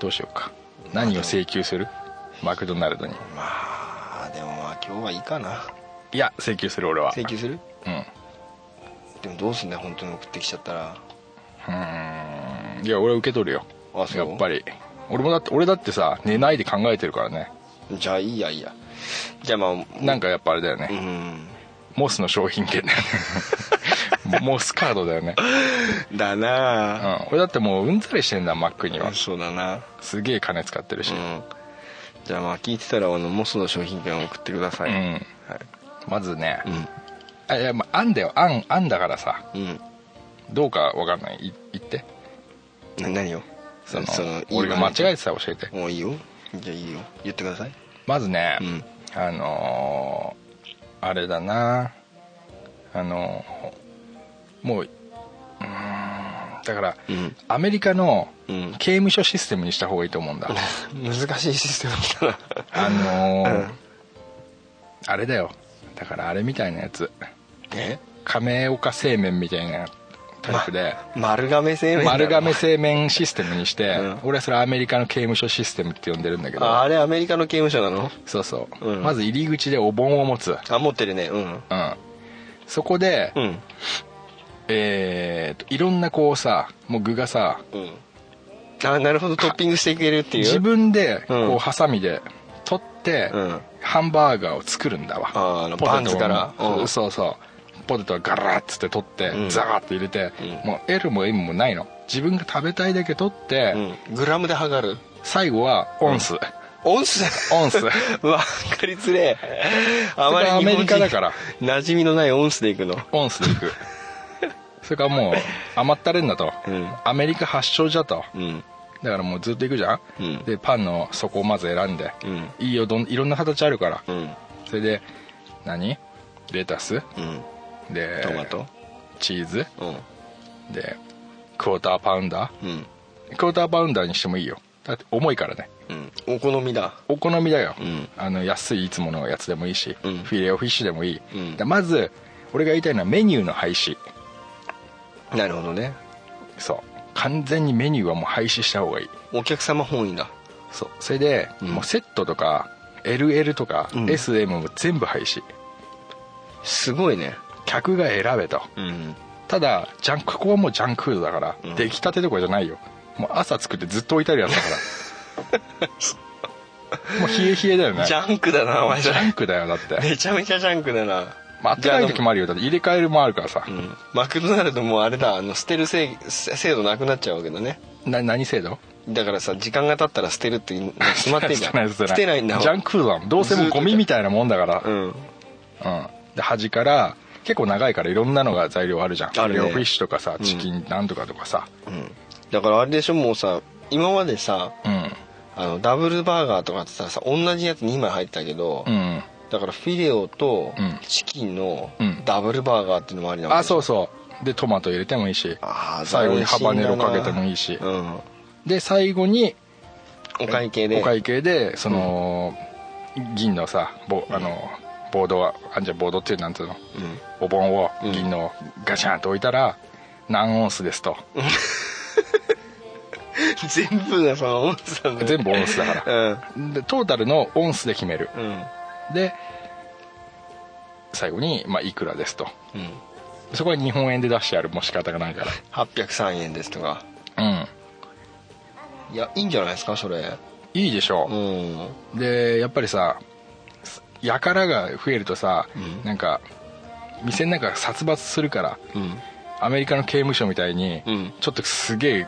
Speaker 4: どうしようか何を請求するマクドナルドに
Speaker 3: まあでもまあ今日はいいかない
Speaker 4: や請求する俺は
Speaker 3: 請求する
Speaker 4: うんう
Speaker 3: でもどうすんだよ本当に送ってきちゃったら
Speaker 4: ーんいや俺は受け取るよ
Speaker 3: あそう
Speaker 4: やっぱり俺もだって俺だってさ寝ないで考えてるからね
Speaker 3: じゃあいいやいいやじゃあまあ
Speaker 4: なんかやっぱあれだよ
Speaker 3: う
Speaker 4: ね、
Speaker 3: ん
Speaker 4: モスの商品券 [laughs] だよねモスカードだよね、
Speaker 3: だ
Speaker 4: う
Speaker 3: なあ、
Speaker 4: ん、俺だってもううんざりしてんだマックには
Speaker 3: そうだな
Speaker 4: すげえ金使ってるし、
Speaker 3: うんじゃあまあ聞いてたらあのモスの商品券を送ってください、
Speaker 4: うん
Speaker 3: はい、
Speaker 4: まずね、
Speaker 3: うん
Speaker 4: あいやまああんだよあんあんだからさ
Speaker 3: うん
Speaker 4: どうかわかんないい言って
Speaker 3: な何を
Speaker 4: その
Speaker 3: いい
Speaker 4: 俺が間違え
Speaker 3: て
Speaker 4: てたら教えて
Speaker 3: もういいよじゃあいいよ言ってください
Speaker 4: まずね、
Speaker 3: うん
Speaker 4: あのーあれだなあのーもううーんだから、
Speaker 3: うん
Speaker 4: アメリカの
Speaker 3: うん
Speaker 4: 刑務所システムにした方がいいと思うんだ
Speaker 3: 難しいシステムだ
Speaker 4: あのー
Speaker 3: うん
Speaker 4: あれだよだからあれみたいなやつ
Speaker 3: な [laughs] え
Speaker 4: 亀岡製麺みたいなタイプで、
Speaker 3: 丸亀製麺だろ
Speaker 4: 丸亀製麺システムにして、
Speaker 3: うん
Speaker 4: 俺はそれアメリカの刑務所システムって呼んでるんだけど
Speaker 3: ああれアメリカの刑務所なの
Speaker 4: そうそう、
Speaker 3: うん
Speaker 4: まず入り口でお盆を持つ、
Speaker 3: あ持ってるねうん
Speaker 4: うん、そこで、
Speaker 3: うん
Speaker 4: えーといろんなこうさもう具がさ
Speaker 3: うんあなるほどトッピングしていけるっていう
Speaker 4: 自分で
Speaker 3: うん
Speaker 4: こうハサミで取って、
Speaker 3: うん
Speaker 4: ハンバーガーを作るんだわ
Speaker 3: あーあの
Speaker 4: ポテトを
Speaker 3: バンズからうん
Speaker 4: そうそうポテトをガラッつって取って、
Speaker 3: うん
Speaker 4: ザーッと入れて、
Speaker 3: うん
Speaker 4: もう L も M もないの自分が食べたいだけ取って、
Speaker 3: うんグラムで測る
Speaker 4: 最後はオンス、
Speaker 3: オンス
Speaker 4: オンス [laughs]
Speaker 3: わかりづれえあまり
Speaker 4: アメリカ
Speaker 3: 日本
Speaker 4: だ
Speaker 3: 人
Speaker 4: から
Speaker 3: 馴染みのないオンスでいくの
Speaker 4: オンスでいくそれからもう甘ったれんだと、
Speaker 3: うん
Speaker 4: アメリカ発祥じゃと
Speaker 3: うん
Speaker 4: だからもうずっといくじゃん、
Speaker 3: うん
Speaker 4: でパンの底をまず選んで、
Speaker 3: うん
Speaker 4: いいよどんいろんな形あるから、
Speaker 3: うん
Speaker 4: それで何レタス
Speaker 3: うん
Speaker 4: で
Speaker 3: トマト
Speaker 4: チーズ
Speaker 3: うん
Speaker 4: でクォーターパウンダ
Speaker 3: うん
Speaker 4: ークォーターパウンダーにしてもいいよだって重いからね
Speaker 3: うんお好みだ
Speaker 4: お好みだよ、
Speaker 3: うん
Speaker 4: あの安いいつものやつでもいいし、
Speaker 3: うん
Speaker 4: フィレオフィッシュでもいい、
Speaker 3: うん
Speaker 4: だまず俺が言いたいのはメニューの廃止
Speaker 3: なるほどね
Speaker 4: そう完全にメニューはもう廃止した方がいい
Speaker 3: お客様本位だ
Speaker 4: そうそれで、
Speaker 3: うん
Speaker 4: もうセットとか LL とか、
Speaker 3: うん
Speaker 4: SM も全部廃止
Speaker 3: すごいね
Speaker 4: 客が選べと
Speaker 3: うん
Speaker 4: ただジャンクここはもうジャンクフードだから、
Speaker 3: うん
Speaker 4: 出来たてとかじゃないよもう朝作ってずっと置いてあるやつだから
Speaker 3: [laughs]
Speaker 4: もう冷え冷えだよね
Speaker 3: ジャンクだなお前
Speaker 4: ジ
Speaker 3: それ
Speaker 4: ャンクだよだって、
Speaker 3: めちゃめちゃジャンクだな
Speaker 4: まあ、あったかい時も
Speaker 3: あ
Speaker 4: あるよだって入れ替えるもあるからさ、
Speaker 3: のうんマクドナルドもあれだあの捨てる制制度なくなっちゃうわけだね
Speaker 4: な何制度
Speaker 3: だからさ時間が経ったら捨てるって決ま
Speaker 4: [laughs]
Speaker 3: ってんじゃ
Speaker 4: 捨てない
Speaker 3: ん
Speaker 4: 捨てない
Speaker 3: 捨てないんだわ
Speaker 4: ジャンクフードだもんどうせもうゴミみたいなもんだから
Speaker 3: うん
Speaker 4: うん、で端から結構長いからいろんなのが材料あるじゃん
Speaker 3: あるね
Speaker 4: フィレオフィッシュとかさチキンなんとかとかさ
Speaker 3: うんだからあれでしょもうさ今までさ
Speaker 4: うん
Speaker 3: あのダブルバーガーとかってささ同じやつ2枚入ったけど、
Speaker 4: うん
Speaker 3: だからフィレオと
Speaker 4: うん
Speaker 3: チキンの
Speaker 4: うん
Speaker 3: ダブルバーガーっていうのもありなわけ
Speaker 4: あそう
Speaker 3: そ
Speaker 4: そうでトマト入れてもいいし
Speaker 3: あー
Speaker 4: 最後に
Speaker 3: 美味
Speaker 4: ハ
Speaker 3: しいんだ
Speaker 4: バ
Speaker 3: な
Speaker 4: ネロかけてもいいし
Speaker 3: う、ん、
Speaker 4: で最後に
Speaker 3: お会計で
Speaker 4: お会計でその、銀のさボあのボードはあんじゃボードっていうなんつうの
Speaker 3: うん
Speaker 4: お盆を
Speaker 3: うん
Speaker 4: 銀のガシャンと置いたら何オンスですと
Speaker 3: [laughs] 全部がその音さんだ
Speaker 4: 全部オンスだ
Speaker 3: [laughs]
Speaker 4: からでトータルのオンスで決める
Speaker 3: うんうん
Speaker 4: で最後に、まあ、いくらですと
Speaker 3: うん
Speaker 4: そこは日本円で出してあるもう仕方がないか
Speaker 3: 803円ですとから [laughs]
Speaker 4: うん
Speaker 3: いやいいんじゃないですかそれ
Speaker 4: いいでしょ
Speaker 3: う
Speaker 4: う、
Speaker 3: ん
Speaker 4: でやっぱりさやからが増えるとさ、
Speaker 3: うん
Speaker 4: なんか店の中が殺伐するから
Speaker 3: うん
Speaker 4: アメリカの刑務所みたいに、
Speaker 3: うん
Speaker 4: ちょっとすげえ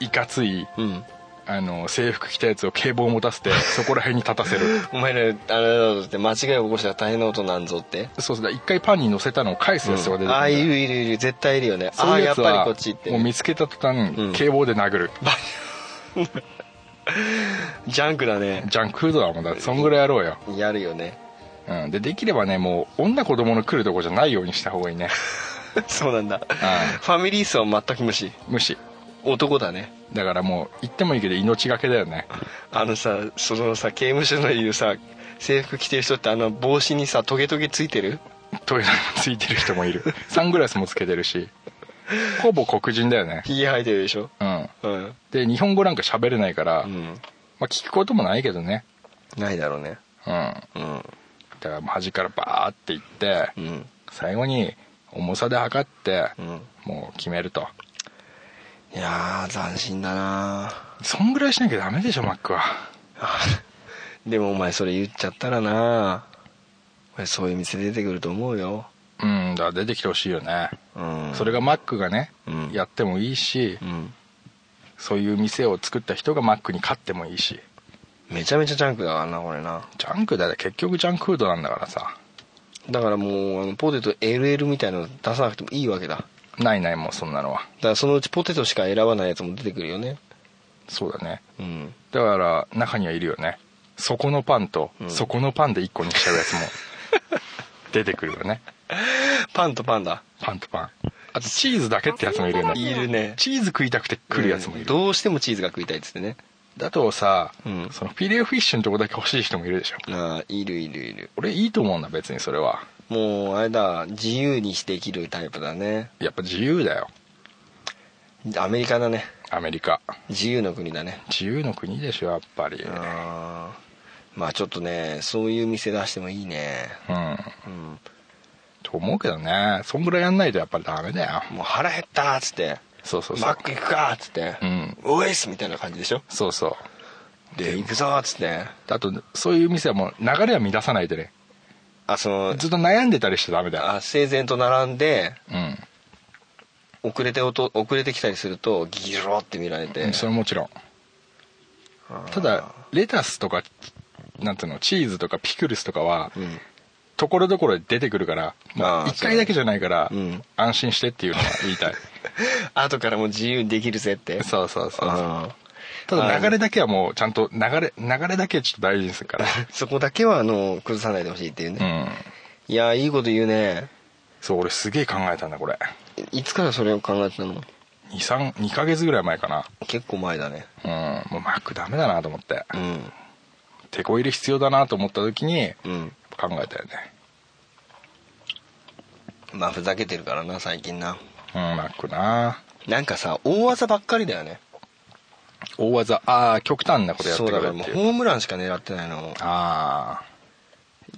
Speaker 4: いかつい
Speaker 3: うん
Speaker 4: あの制服着たやつを警棒を持
Speaker 3: [laughs]
Speaker 4: たせてそこら辺に立たせる
Speaker 3: お前らあれだぞって間違い起こしたら大変なことなんぞって
Speaker 4: そうそうだ一回パンに乗せたのを返すやつとか出てくるんだよ
Speaker 3: ああいるいるいる絶対いるよね
Speaker 4: そ
Speaker 3: あ
Speaker 4: う
Speaker 3: あ
Speaker 4: いう
Speaker 3: や
Speaker 4: や
Speaker 3: っ
Speaker 4: つ
Speaker 3: ぱり
Speaker 4: は
Speaker 3: こっちって
Speaker 4: もう見つけた途端、
Speaker 3: うん
Speaker 4: 警棒で殴る
Speaker 3: ジャンクだね
Speaker 4: ジャンクフードだもんだってそんぐらいやろうよ、
Speaker 3: やるよね [laughs]
Speaker 4: うん、でできればねもう女子供の来るとこじゃないようにした方がいいね
Speaker 3: [laughs] そうなんだ
Speaker 4: あ
Speaker 3: ファミリー層全く無視
Speaker 4: 無視
Speaker 3: 男だね
Speaker 4: だからもう言ってもいいけど命がけだ
Speaker 3: [laughs]
Speaker 4: よね
Speaker 3: あのさそのさ刑務所のいるさ制服着てる人ってあの帽子にさトゲトゲついてる
Speaker 4: トイレもついてる人もいるサングラスもつけてるしほぼ黒人だよね
Speaker 3: ひげ生えてるでしょ
Speaker 4: うん
Speaker 3: うん、
Speaker 4: で日本語なんか喋れないから、
Speaker 3: うん、
Speaker 4: まあ、聞くこともないけどね
Speaker 3: ないだろうね
Speaker 4: うんだ
Speaker 3: うん
Speaker 4: からもう端からバーって行って、
Speaker 3: うん
Speaker 4: 最後に重さで測って、
Speaker 3: うん
Speaker 4: もう決めると
Speaker 3: いやー斬新だな
Speaker 4: そんぐらいしなきゃダメでしょマックは
Speaker 3: あ [laughs] でもお前それ言っちゃったらなお前そういう店出てくると思うよ
Speaker 4: うんだから出てきてほしいよね、
Speaker 3: うん
Speaker 4: それがマックがね、
Speaker 3: うん
Speaker 4: やってもいいし、
Speaker 3: うん
Speaker 4: そういう店を作った人がマックに勝ってもいいし
Speaker 3: めちゃめちゃジャンクだからなこれな
Speaker 4: ジャンクだよ結局ジャンクフードなんだからさ
Speaker 3: だからもうあのポテト LL みたいなの出さなくてもいいわけだだか
Speaker 4: ないないもうそんなのは
Speaker 3: らそのうちポテトしか選ばないやつも出てくるよね
Speaker 4: そうだね
Speaker 3: うん
Speaker 4: だから中にはいるよねそこのパンと、そこのパンで1個にしちゃうや [laughs] つも出てくるよね
Speaker 3: パンとパンだ
Speaker 4: パンとパンあとチーズだけってやつもいるよね
Speaker 3: いるね
Speaker 4: チーズ食いたくて来るやつもいる、
Speaker 3: どうしてもチーズが食いたいっつってね
Speaker 4: だとさ、
Speaker 3: うん
Speaker 4: そのフィレオフィッシュのとこだけ欲しい人もいるでしょ
Speaker 3: ああいるいるいる
Speaker 4: 俺いいと思うんだ別にそれは
Speaker 3: もうあれだ自由にして生きるタイプだね
Speaker 4: やっぱ自由だよ
Speaker 3: アメリカだね
Speaker 4: アメリカ
Speaker 3: 自由の国だね
Speaker 4: 自由の国でしょやっぱり
Speaker 3: あーまあちょっとねそういう店出してもいいね
Speaker 4: うん
Speaker 3: うん
Speaker 4: と思うけどねそんぐらいやんないとやっぱりダメだよ
Speaker 3: もう腹減ったっつって
Speaker 4: そうそうそう
Speaker 3: マック行くかっつって
Speaker 4: うん
Speaker 3: 「おいっす」みたいな感じでしょ
Speaker 4: そうそう
Speaker 3: で行くぞっつって
Speaker 4: あとそういう店はもう流れは乱さないでね
Speaker 3: あその
Speaker 4: [laughs] ずっと悩んでたりしちゃダメだよ
Speaker 3: あ整然と並んで
Speaker 4: うん
Speaker 3: 遅れておと遅れてきたりするとギロって見られて
Speaker 4: それはもちろんただレタスとかなんていうのチーズとかピクルスとかは
Speaker 3: うん
Speaker 4: ところどころで出てくるから
Speaker 3: あー
Speaker 4: 1回だけじゃないから
Speaker 3: うん
Speaker 4: 安心してっていうのは言いたい
Speaker 3: [laughs] 後からもう自由にできるぜって
Speaker 4: そうそうそうそう
Speaker 3: あー
Speaker 4: ただ流れだけはもうちゃんと流れ流れだけちょっと大事にするから
Speaker 3: [laughs] そこだけはあの崩さないでほしいっていう
Speaker 4: う
Speaker 3: ね、
Speaker 4: ん
Speaker 3: いやーいいこと言うね
Speaker 4: そう俺すげえ考えたんだこれ
Speaker 3: いいつからそれを考えてたの
Speaker 4: 232ヶ月ぐらい前かな
Speaker 3: 結構前だね
Speaker 4: うんもうマックダメだなと思って
Speaker 3: うん
Speaker 4: 手こ入れ必要だなと思った時に
Speaker 3: うん
Speaker 4: 考えたよね
Speaker 3: まあふざけてるからな最近な
Speaker 4: うんマックな
Speaker 3: なんかさ大技ばっかりだよね
Speaker 4: 大技ああ極端なことやっ
Speaker 3: そ
Speaker 4: て
Speaker 3: う
Speaker 4: く
Speaker 3: だ
Speaker 4: れ
Speaker 3: から
Speaker 4: っ
Speaker 3: もう
Speaker 4: ていう
Speaker 3: ホームランしか狙ってないの
Speaker 4: あ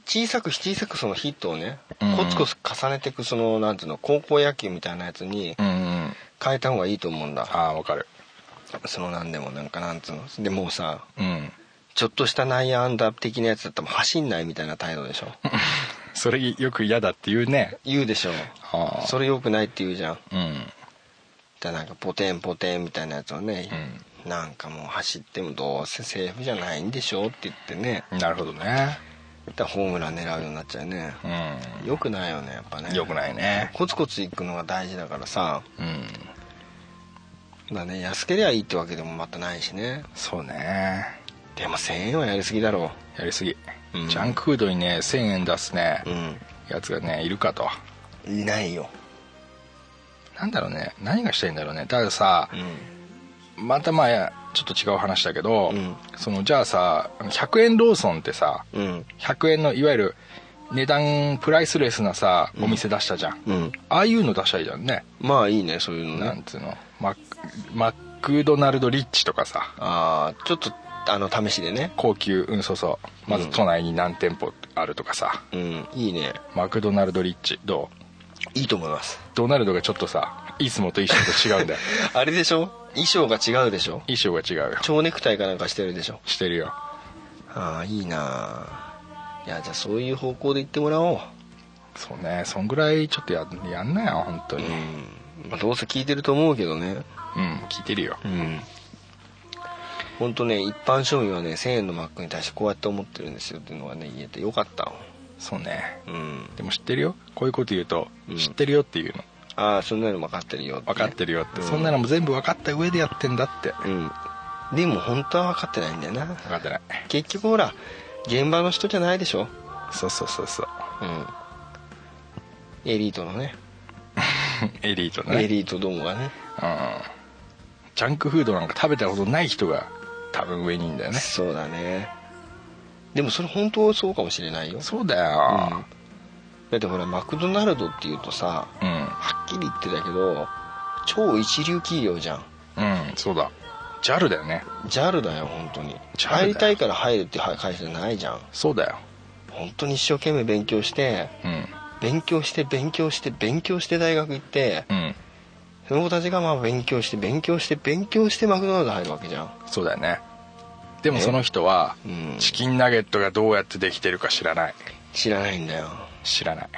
Speaker 3: 小さく小さくそのヒットをね、
Speaker 4: うん
Speaker 3: コツコツ重ねていくそのなんていうの高校野球みたいなやつに
Speaker 4: あうんうん
Speaker 3: 変えた方がいいと思うんだ、
Speaker 4: ああわかる
Speaker 3: そのなんでもなんかなんつうのでもうさ
Speaker 4: うん
Speaker 3: ちょっとした内野安打的なやつだったらもう走んないみたいな態度でしょ
Speaker 4: それよく嫌だっていうね
Speaker 3: 言うでしょ
Speaker 4: ああ
Speaker 3: それ良くないって言うじゃん
Speaker 4: うん
Speaker 3: だからなんかポテンポテンみたいなやつをね、なんかもう走ってもどうせセーフじゃないんでしょって言ってね
Speaker 4: なるほどね
Speaker 3: だからホームラン狙うようになっちゃうね
Speaker 4: う
Speaker 3: 良くないよねやっぱね
Speaker 4: んよくないね
Speaker 3: コツコツ行くのが大事だからさ
Speaker 4: うん
Speaker 3: だね安けりゃいいってわけでもまたないしね
Speaker 4: そうね
Speaker 3: でも1000円はやりすぎだろ
Speaker 4: やりすぎ、
Speaker 3: うん
Speaker 4: ジャンクフードにね1000円出すね、
Speaker 3: う
Speaker 4: やつがねいるかと
Speaker 3: んいないよ
Speaker 4: なんだろうね何がしたいんだろうねたださ
Speaker 3: う、ん
Speaker 4: またまあちょっと違う話だけど、
Speaker 3: うん
Speaker 4: そのじゃあさあの100円ローソンってさ
Speaker 3: うん
Speaker 4: 100円のいわゆる値段プライスレスなさお店出したじゃん、
Speaker 3: うん
Speaker 4: ああいうの出したいじゃんね、
Speaker 3: まあいいねそういうの
Speaker 4: な
Speaker 3: ね
Speaker 4: んつうのマックマックドナルドリッチとかさ
Speaker 3: ああちょっとあの試しでね
Speaker 4: 高級うんそうそうまず都内に何店舗あるとかさ、
Speaker 3: うんいいね
Speaker 4: マクドナルドリッチどう
Speaker 3: いいと思います
Speaker 4: ドナルドがちょっとさいつもと衣装と違う
Speaker 3: [laughs]
Speaker 4: んだよ
Speaker 3: あれでしょ衣装が違うでしょ
Speaker 4: 衣装が違うよ
Speaker 3: 蝶ネクタイかなんかしてるでしょ
Speaker 4: してるよ
Speaker 3: ああいいなあいやじゃあそういう方向で行ってもらおう
Speaker 4: そうねそんぐらいちょっとややんなよ本当にうん、
Speaker 3: うん、まあ、どうせ聞いてると思うけどね
Speaker 4: 聞いてるよ
Speaker 3: うん本当ね一般庶民はね1000円のマックに対してこうやって思ってるんですよっていうのがね言えてよかったわ
Speaker 4: そうね
Speaker 3: うん
Speaker 4: でも知ってるよこういうこと言うと、
Speaker 3: うん
Speaker 4: 知ってるよっていうの
Speaker 3: ああそんなの分かってるよってね、
Speaker 4: 分かってるよって、
Speaker 3: うん
Speaker 4: そんなのも全部分かった上でやってんだって
Speaker 3: うんでも本当は分かってないんだよな
Speaker 4: 分かってない
Speaker 3: 結局ほら現場の人じゃないでしょ
Speaker 4: そうそうそうそう
Speaker 3: うんエリートのね
Speaker 4: エリートね
Speaker 3: エリートどもがね
Speaker 4: うんジャンクフードなんか食べたことない人が多分上にいんだよね
Speaker 3: そうだねでもそれ本当そうかもしれないよ、
Speaker 4: そうだ
Speaker 3: う
Speaker 4: よ
Speaker 3: んだってほらマクドナルドっていうとさ
Speaker 4: うん
Speaker 3: はっきり言ってたけど超一流企業じゃん
Speaker 4: うん、そうだ JAL だよね
Speaker 3: JAL だよ本当に
Speaker 4: JAL だよ
Speaker 3: 入りたいから入るっていう会社じゃないじゃん
Speaker 4: そうだよ
Speaker 3: 本当に一生懸命勉強して
Speaker 4: うん
Speaker 3: 勉強して勉強して勉強して大学行って
Speaker 4: うん
Speaker 3: その子たちがまあ勉強して勉強して勉強してマクドナルド入るわけじゃん
Speaker 4: そうだよねでもその人は
Speaker 3: うん
Speaker 4: チキンナゲットがどうやってできてるか知らない
Speaker 3: 知らないんだよ
Speaker 4: 知らない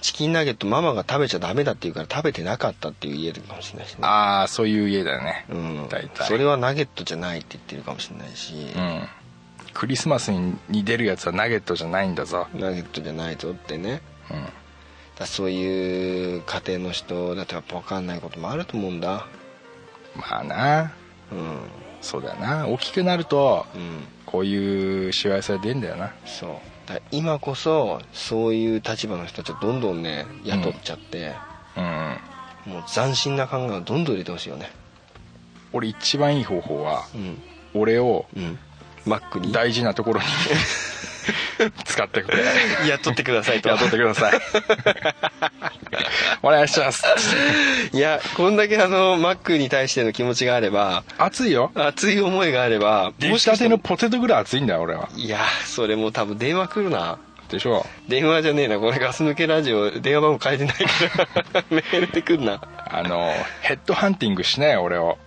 Speaker 3: チキンナゲットママが食べちゃダメだって言うから食べてなかったっていう家かもしれないしね
Speaker 4: ああそういう家だよね、
Speaker 3: うん
Speaker 4: 大体
Speaker 3: それはナゲットじゃないって言ってるかもしれないし、
Speaker 4: うんクリスマスに似てるやつはナゲットじゃないんだぞ
Speaker 3: ナゲットじゃないぞってね
Speaker 4: うん
Speaker 3: だそういう家庭の人だとやっぱ分かんないこともあると思うんだ
Speaker 4: まあな
Speaker 3: うん
Speaker 4: そうだよな大きくなると
Speaker 3: うん
Speaker 4: こういうしわ寄せが出んだよな
Speaker 3: そうだから今こそそういう立場の人たちをどんどんね雇っちゃって、
Speaker 4: うん
Speaker 3: もう斬新な考えをどんどん入れてほしいよね
Speaker 4: 俺一番いい方法は
Speaker 3: うん
Speaker 4: 俺を
Speaker 3: うんマックに
Speaker 4: 大事なと
Speaker 3: [laughs]
Speaker 4: ころに使ってくれ
Speaker 3: 雇ってくださいと
Speaker 4: 雇ってくださいお願いします
Speaker 3: [laughs] いやこんだけあのマックに対しての気持ちがあれば
Speaker 4: 熱いよ
Speaker 3: 熱い思いがあれば
Speaker 4: 出来たてのポテトぐらい熱いんだよ俺はい
Speaker 3: やそれもう多分電話来るな
Speaker 4: でしょ
Speaker 3: 電話じゃねえなこれガス抜けラジオ電話番号変えてないから [laughs] メールで来んな
Speaker 4: あのヘッドハンティングしないよ俺を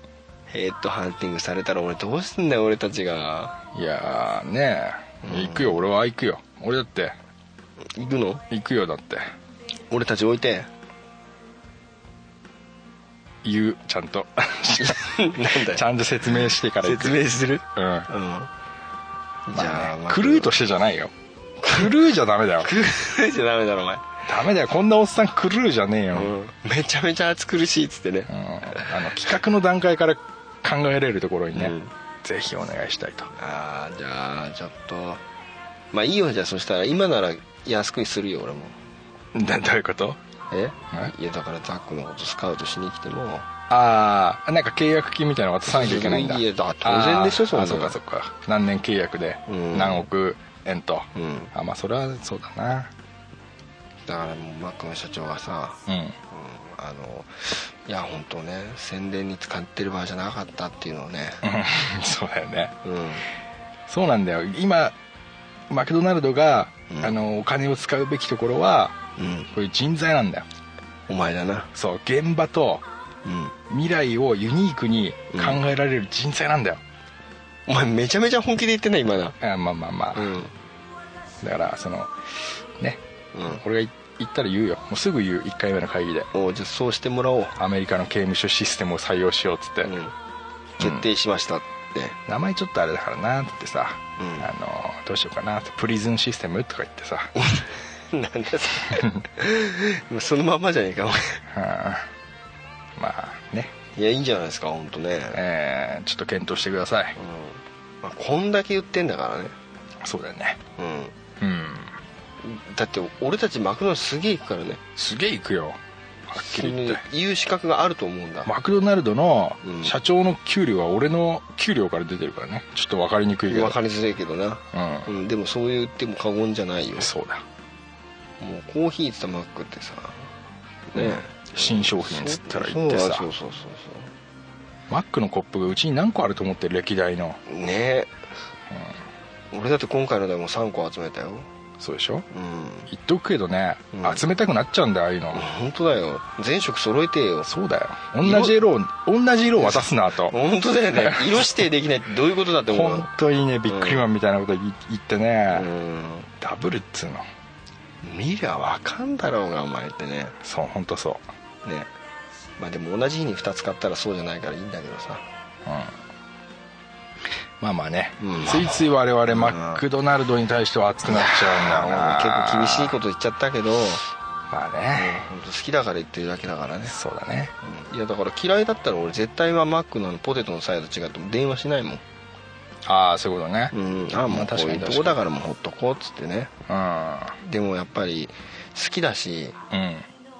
Speaker 3: ヘッドハンティングされたら俺どうすんだよ俺たちが
Speaker 4: いやーねえ行くよ俺は行くよ俺だって
Speaker 3: 行くの
Speaker 4: 行くよだって
Speaker 3: 俺たち置いて
Speaker 4: 言うちゃん
Speaker 3: [laughs]
Speaker 4: と
Speaker 3: [laughs] なんだ
Speaker 4: ちゃんと説明してから行く
Speaker 3: 説明する
Speaker 4: うん
Speaker 3: うんじゃあ、まあ
Speaker 4: クルーとしてじゃないよクルーじゃダメだよ
Speaker 3: クルーじゃダメだろお前、
Speaker 4: ダメだよこんなおっさんクルーじゃねえよ、うん
Speaker 3: うん、めちゃめちゃ暑苦しいっつってね
Speaker 4: あの企画の段階から考えれるところにね、
Speaker 3: うん
Speaker 4: ぜひお願いしたいと
Speaker 3: ああじゃあちょっとまあいいよじゃあそしたら今なら安くにするよ俺も
Speaker 4: などういうこと
Speaker 3: えいやだからザックのことスカウトしに来ても
Speaker 4: ああなんか契約金みたいなの渡さなきゃいけないんだ
Speaker 3: いやだ当然でしょ
Speaker 4: あー
Speaker 3: そんなの
Speaker 4: あそっかそっか何年契約で
Speaker 3: うん
Speaker 4: 何億円と、
Speaker 3: うん
Speaker 4: あまあそれはそうだな
Speaker 3: だからもうマックの社長がさ、
Speaker 4: うん [laughs]
Speaker 3: うんあのいや本当ね宣伝に使ってる場合じゃなかったっていうのをね、
Speaker 4: そうだよね
Speaker 3: うん
Speaker 4: そうなんだよ今マクドナルドが、
Speaker 3: うん
Speaker 4: あのお金を使うべきところは
Speaker 3: うん、
Speaker 4: こういう人材なんだよ
Speaker 3: お前だな
Speaker 4: そう現場と
Speaker 3: うん
Speaker 4: 未来をユニークに考えられる人材なんだよ、
Speaker 3: お前めちゃめちゃ本気で言ってない今な
Speaker 4: あまあまあまあ、
Speaker 3: うんうん
Speaker 4: だからそのね俺が言ったら言うよもうすぐ言う1回目の会議で
Speaker 3: おうじゃあそうしてもらおう、
Speaker 4: アメリカの刑務所システムを採用しようっつって、
Speaker 3: うん、決定しましたって、
Speaker 4: 名前ちょっとあれだからなっつってさ、
Speaker 3: うん
Speaker 4: あのどうしようかなってプリズンシステムとか言ってさ、
Speaker 3: なんだ
Speaker 4: [laughs]
Speaker 3: それそのまんまじゃねえかお前
Speaker 4: うんまあね、
Speaker 3: いやいいんじゃないですか本当ね、
Speaker 4: えーちょっと検討してください
Speaker 3: うんまあ、こんだけ言ってんだからね
Speaker 4: そうだよね
Speaker 3: う
Speaker 4: うん
Speaker 3: んだって俺たち幕のすげえ行くからね
Speaker 4: すげえ行くよはっきり言って
Speaker 3: 言う資格があると思うんだ、
Speaker 4: マクドナルドの
Speaker 3: うん
Speaker 4: 社長の給料は俺の給料から出てるからねちょっと分かりにくいけど
Speaker 3: 分かりづらいけどな、う
Speaker 4: う
Speaker 3: ん、でもそう言っても過言じゃないよ
Speaker 4: んそうだ
Speaker 3: もうコーヒーっつったらマックってさね
Speaker 4: 新商品っつったら
Speaker 3: そ
Speaker 4: 言
Speaker 3: う
Speaker 4: って
Speaker 3: そう
Speaker 4: さ
Speaker 3: そうそうそう
Speaker 4: マックのコップがうちに何個あると思ってる歴代の
Speaker 3: そうねえ、俺だって今回のでも3個集めたよ
Speaker 4: そうでしょ
Speaker 3: うん
Speaker 4: 言っとくけどね、
Speaker 3: うん
Speaker 4: 集めたくなっちゃうんだよああいうの、
Speaker 3: 本当だよ全色揃えてよ
Speaker 4: そうだよ同じ色を同じ色を渡すなと
Speaker 3: 本当だよ
Speaker 4: [laughs]
Speaker 3: ね色指定できないってどういうことだって思う
Speaker 4: 本当にねビックリマンみたいなこと言言ってね、
Speaker 3: うん
Speaker 4: ダブルっつうの
Speaker 3: 見りゃ分かんだろうがお前ってね
Speaker 4: そう本当そう
Speaker 3: ねまあでも同じ日に2つ買ったらそうじゃないからいいんだけどさ
Speaker 4: まあまあね、
Speaker 3: うん
Speaker 4: ついつい我々
Speaker 3: ん
Speaker 4: マクドナルドに対しては熱くなっちゃうんだよな
Speaker 3: 結構厳しいこと言っちゃったけど
Speaker 4: まあね、
Speaker 3: 本当好きだから言ってるだけだからね
Speaker 4: そうだね
Speaker 3: いやだから嫌いだったら俺絶対はマックのあのポテトのサイド違っても電話しないもん
Speaker 4: ああそういうことね
Speaker 3: うんああもうこういうとこだからもうほっとこうっつってね
Speaker 4: う
Speaker 3: でもやっぱり好きだし
Speaker 4: んうん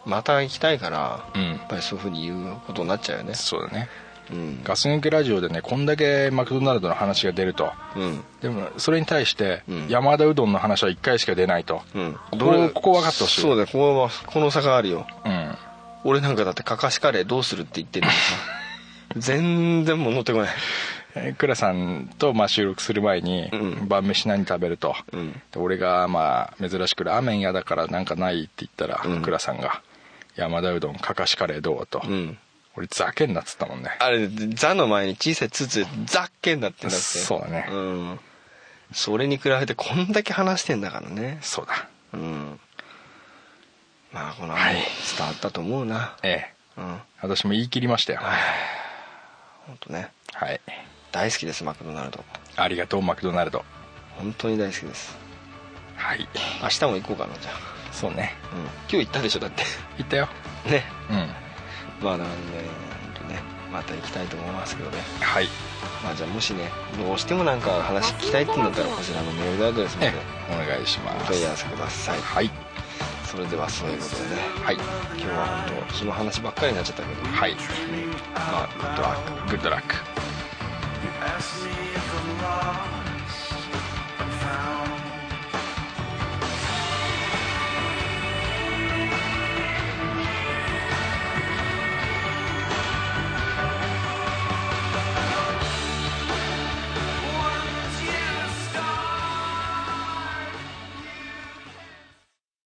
Speaker 3: また行きたいから
Speaker 4: うん
Speaker 3: やっぱりそういうふうに言うことになっちゃうよね
Speaker 4: そうだね
Speaker 3: うん
Speaker 4: ガス抜けラジオでねこんだけマクドナルドの話が出ると
Speaker 3: うん
Speaker 4: でもそれに対して
Speaker 3: うん
Speaker 4: 山田うどんの話は1回しか出ないと、
Speaker 3: うん
Speaker 4: こ
Speaker 3: どれ
Speaker 4: こここ分かってほしい
Speaker 3: そうだよここはこの差があるよ
Speaker 4: うん
Speaker 3: 俺なんかだってかかしカレーどうするって言って
Speaker 4: [laughs]
Speaker 3: るのにさ全然もう乗ってこない
Speaker 4: えー倉さんとまあ収録する前に
Speaker 3: うん
Speaker 4: 晩飯何食べると、
Speaker 3: うん
Speaker 4: で俺がまあ珍しくラーメン屋だからなんかないって言ったら
Speaker 3: うん
Speaker 4: 倉さんが「山田うどんかかしカレーどう?」と、
Speaker 3: うん
Speaker 4: 俺俺ざけんなっつったもんね
Speaker 3: あれ「ザ」の前に小さい「つ」つざっけんなってなって
Speaker 4: そうだね
Speaker 3: うんそれに比べてこんだけ話してんだからね
Speaker 4: そうだ
Speaker 3: うんまあこの
Speaker 4: はい
Speaker 3: 伝わったと思うな、
Speaker 4: ええ
Speaker 3: うん
Speaker 4: 私も言い切りましたよ
Speaker 3: 本当ね
Speaker 4: はい
Speaker 3: 大好きですマクドナルド
Speaker 4: ありがとうマクドナルド
Speaker 3: 本当に大好きです
Speaker 4: はい
Speaker 3: 明日も行こうかなじゃあ、
Speaker 4: そうね
Speaker 3: うん、今日行ったでしょだって [laughs]
Speaker 4: 言ったよ
Speaker 3: ね
Speaker 4: うん
Speaker 3: まあなのでね本当ねまた行きたいと思いますけどね
Speaker 4: はい
Speaker 3: まあじゃあもしねどうしてもなんか話聞きたいってなったらこちらのメールアドレスま
Speaker 4: え
Speaker 3: で
Speaker 4: えお願いしま
Speaker 3: お
Speaker 4: す
Speaker 3: 問い合わせください
Speaker 4: はい
Speaker 3: それではそういうことでね
Speaker 4: はい
Speaker 3: 今日は本当その話ばっかりになっちゃったけど
Speaker 4: はい
Speaker 3: まあグッドラック
Speaker 4: グッドラック
Speaker 2: Ask me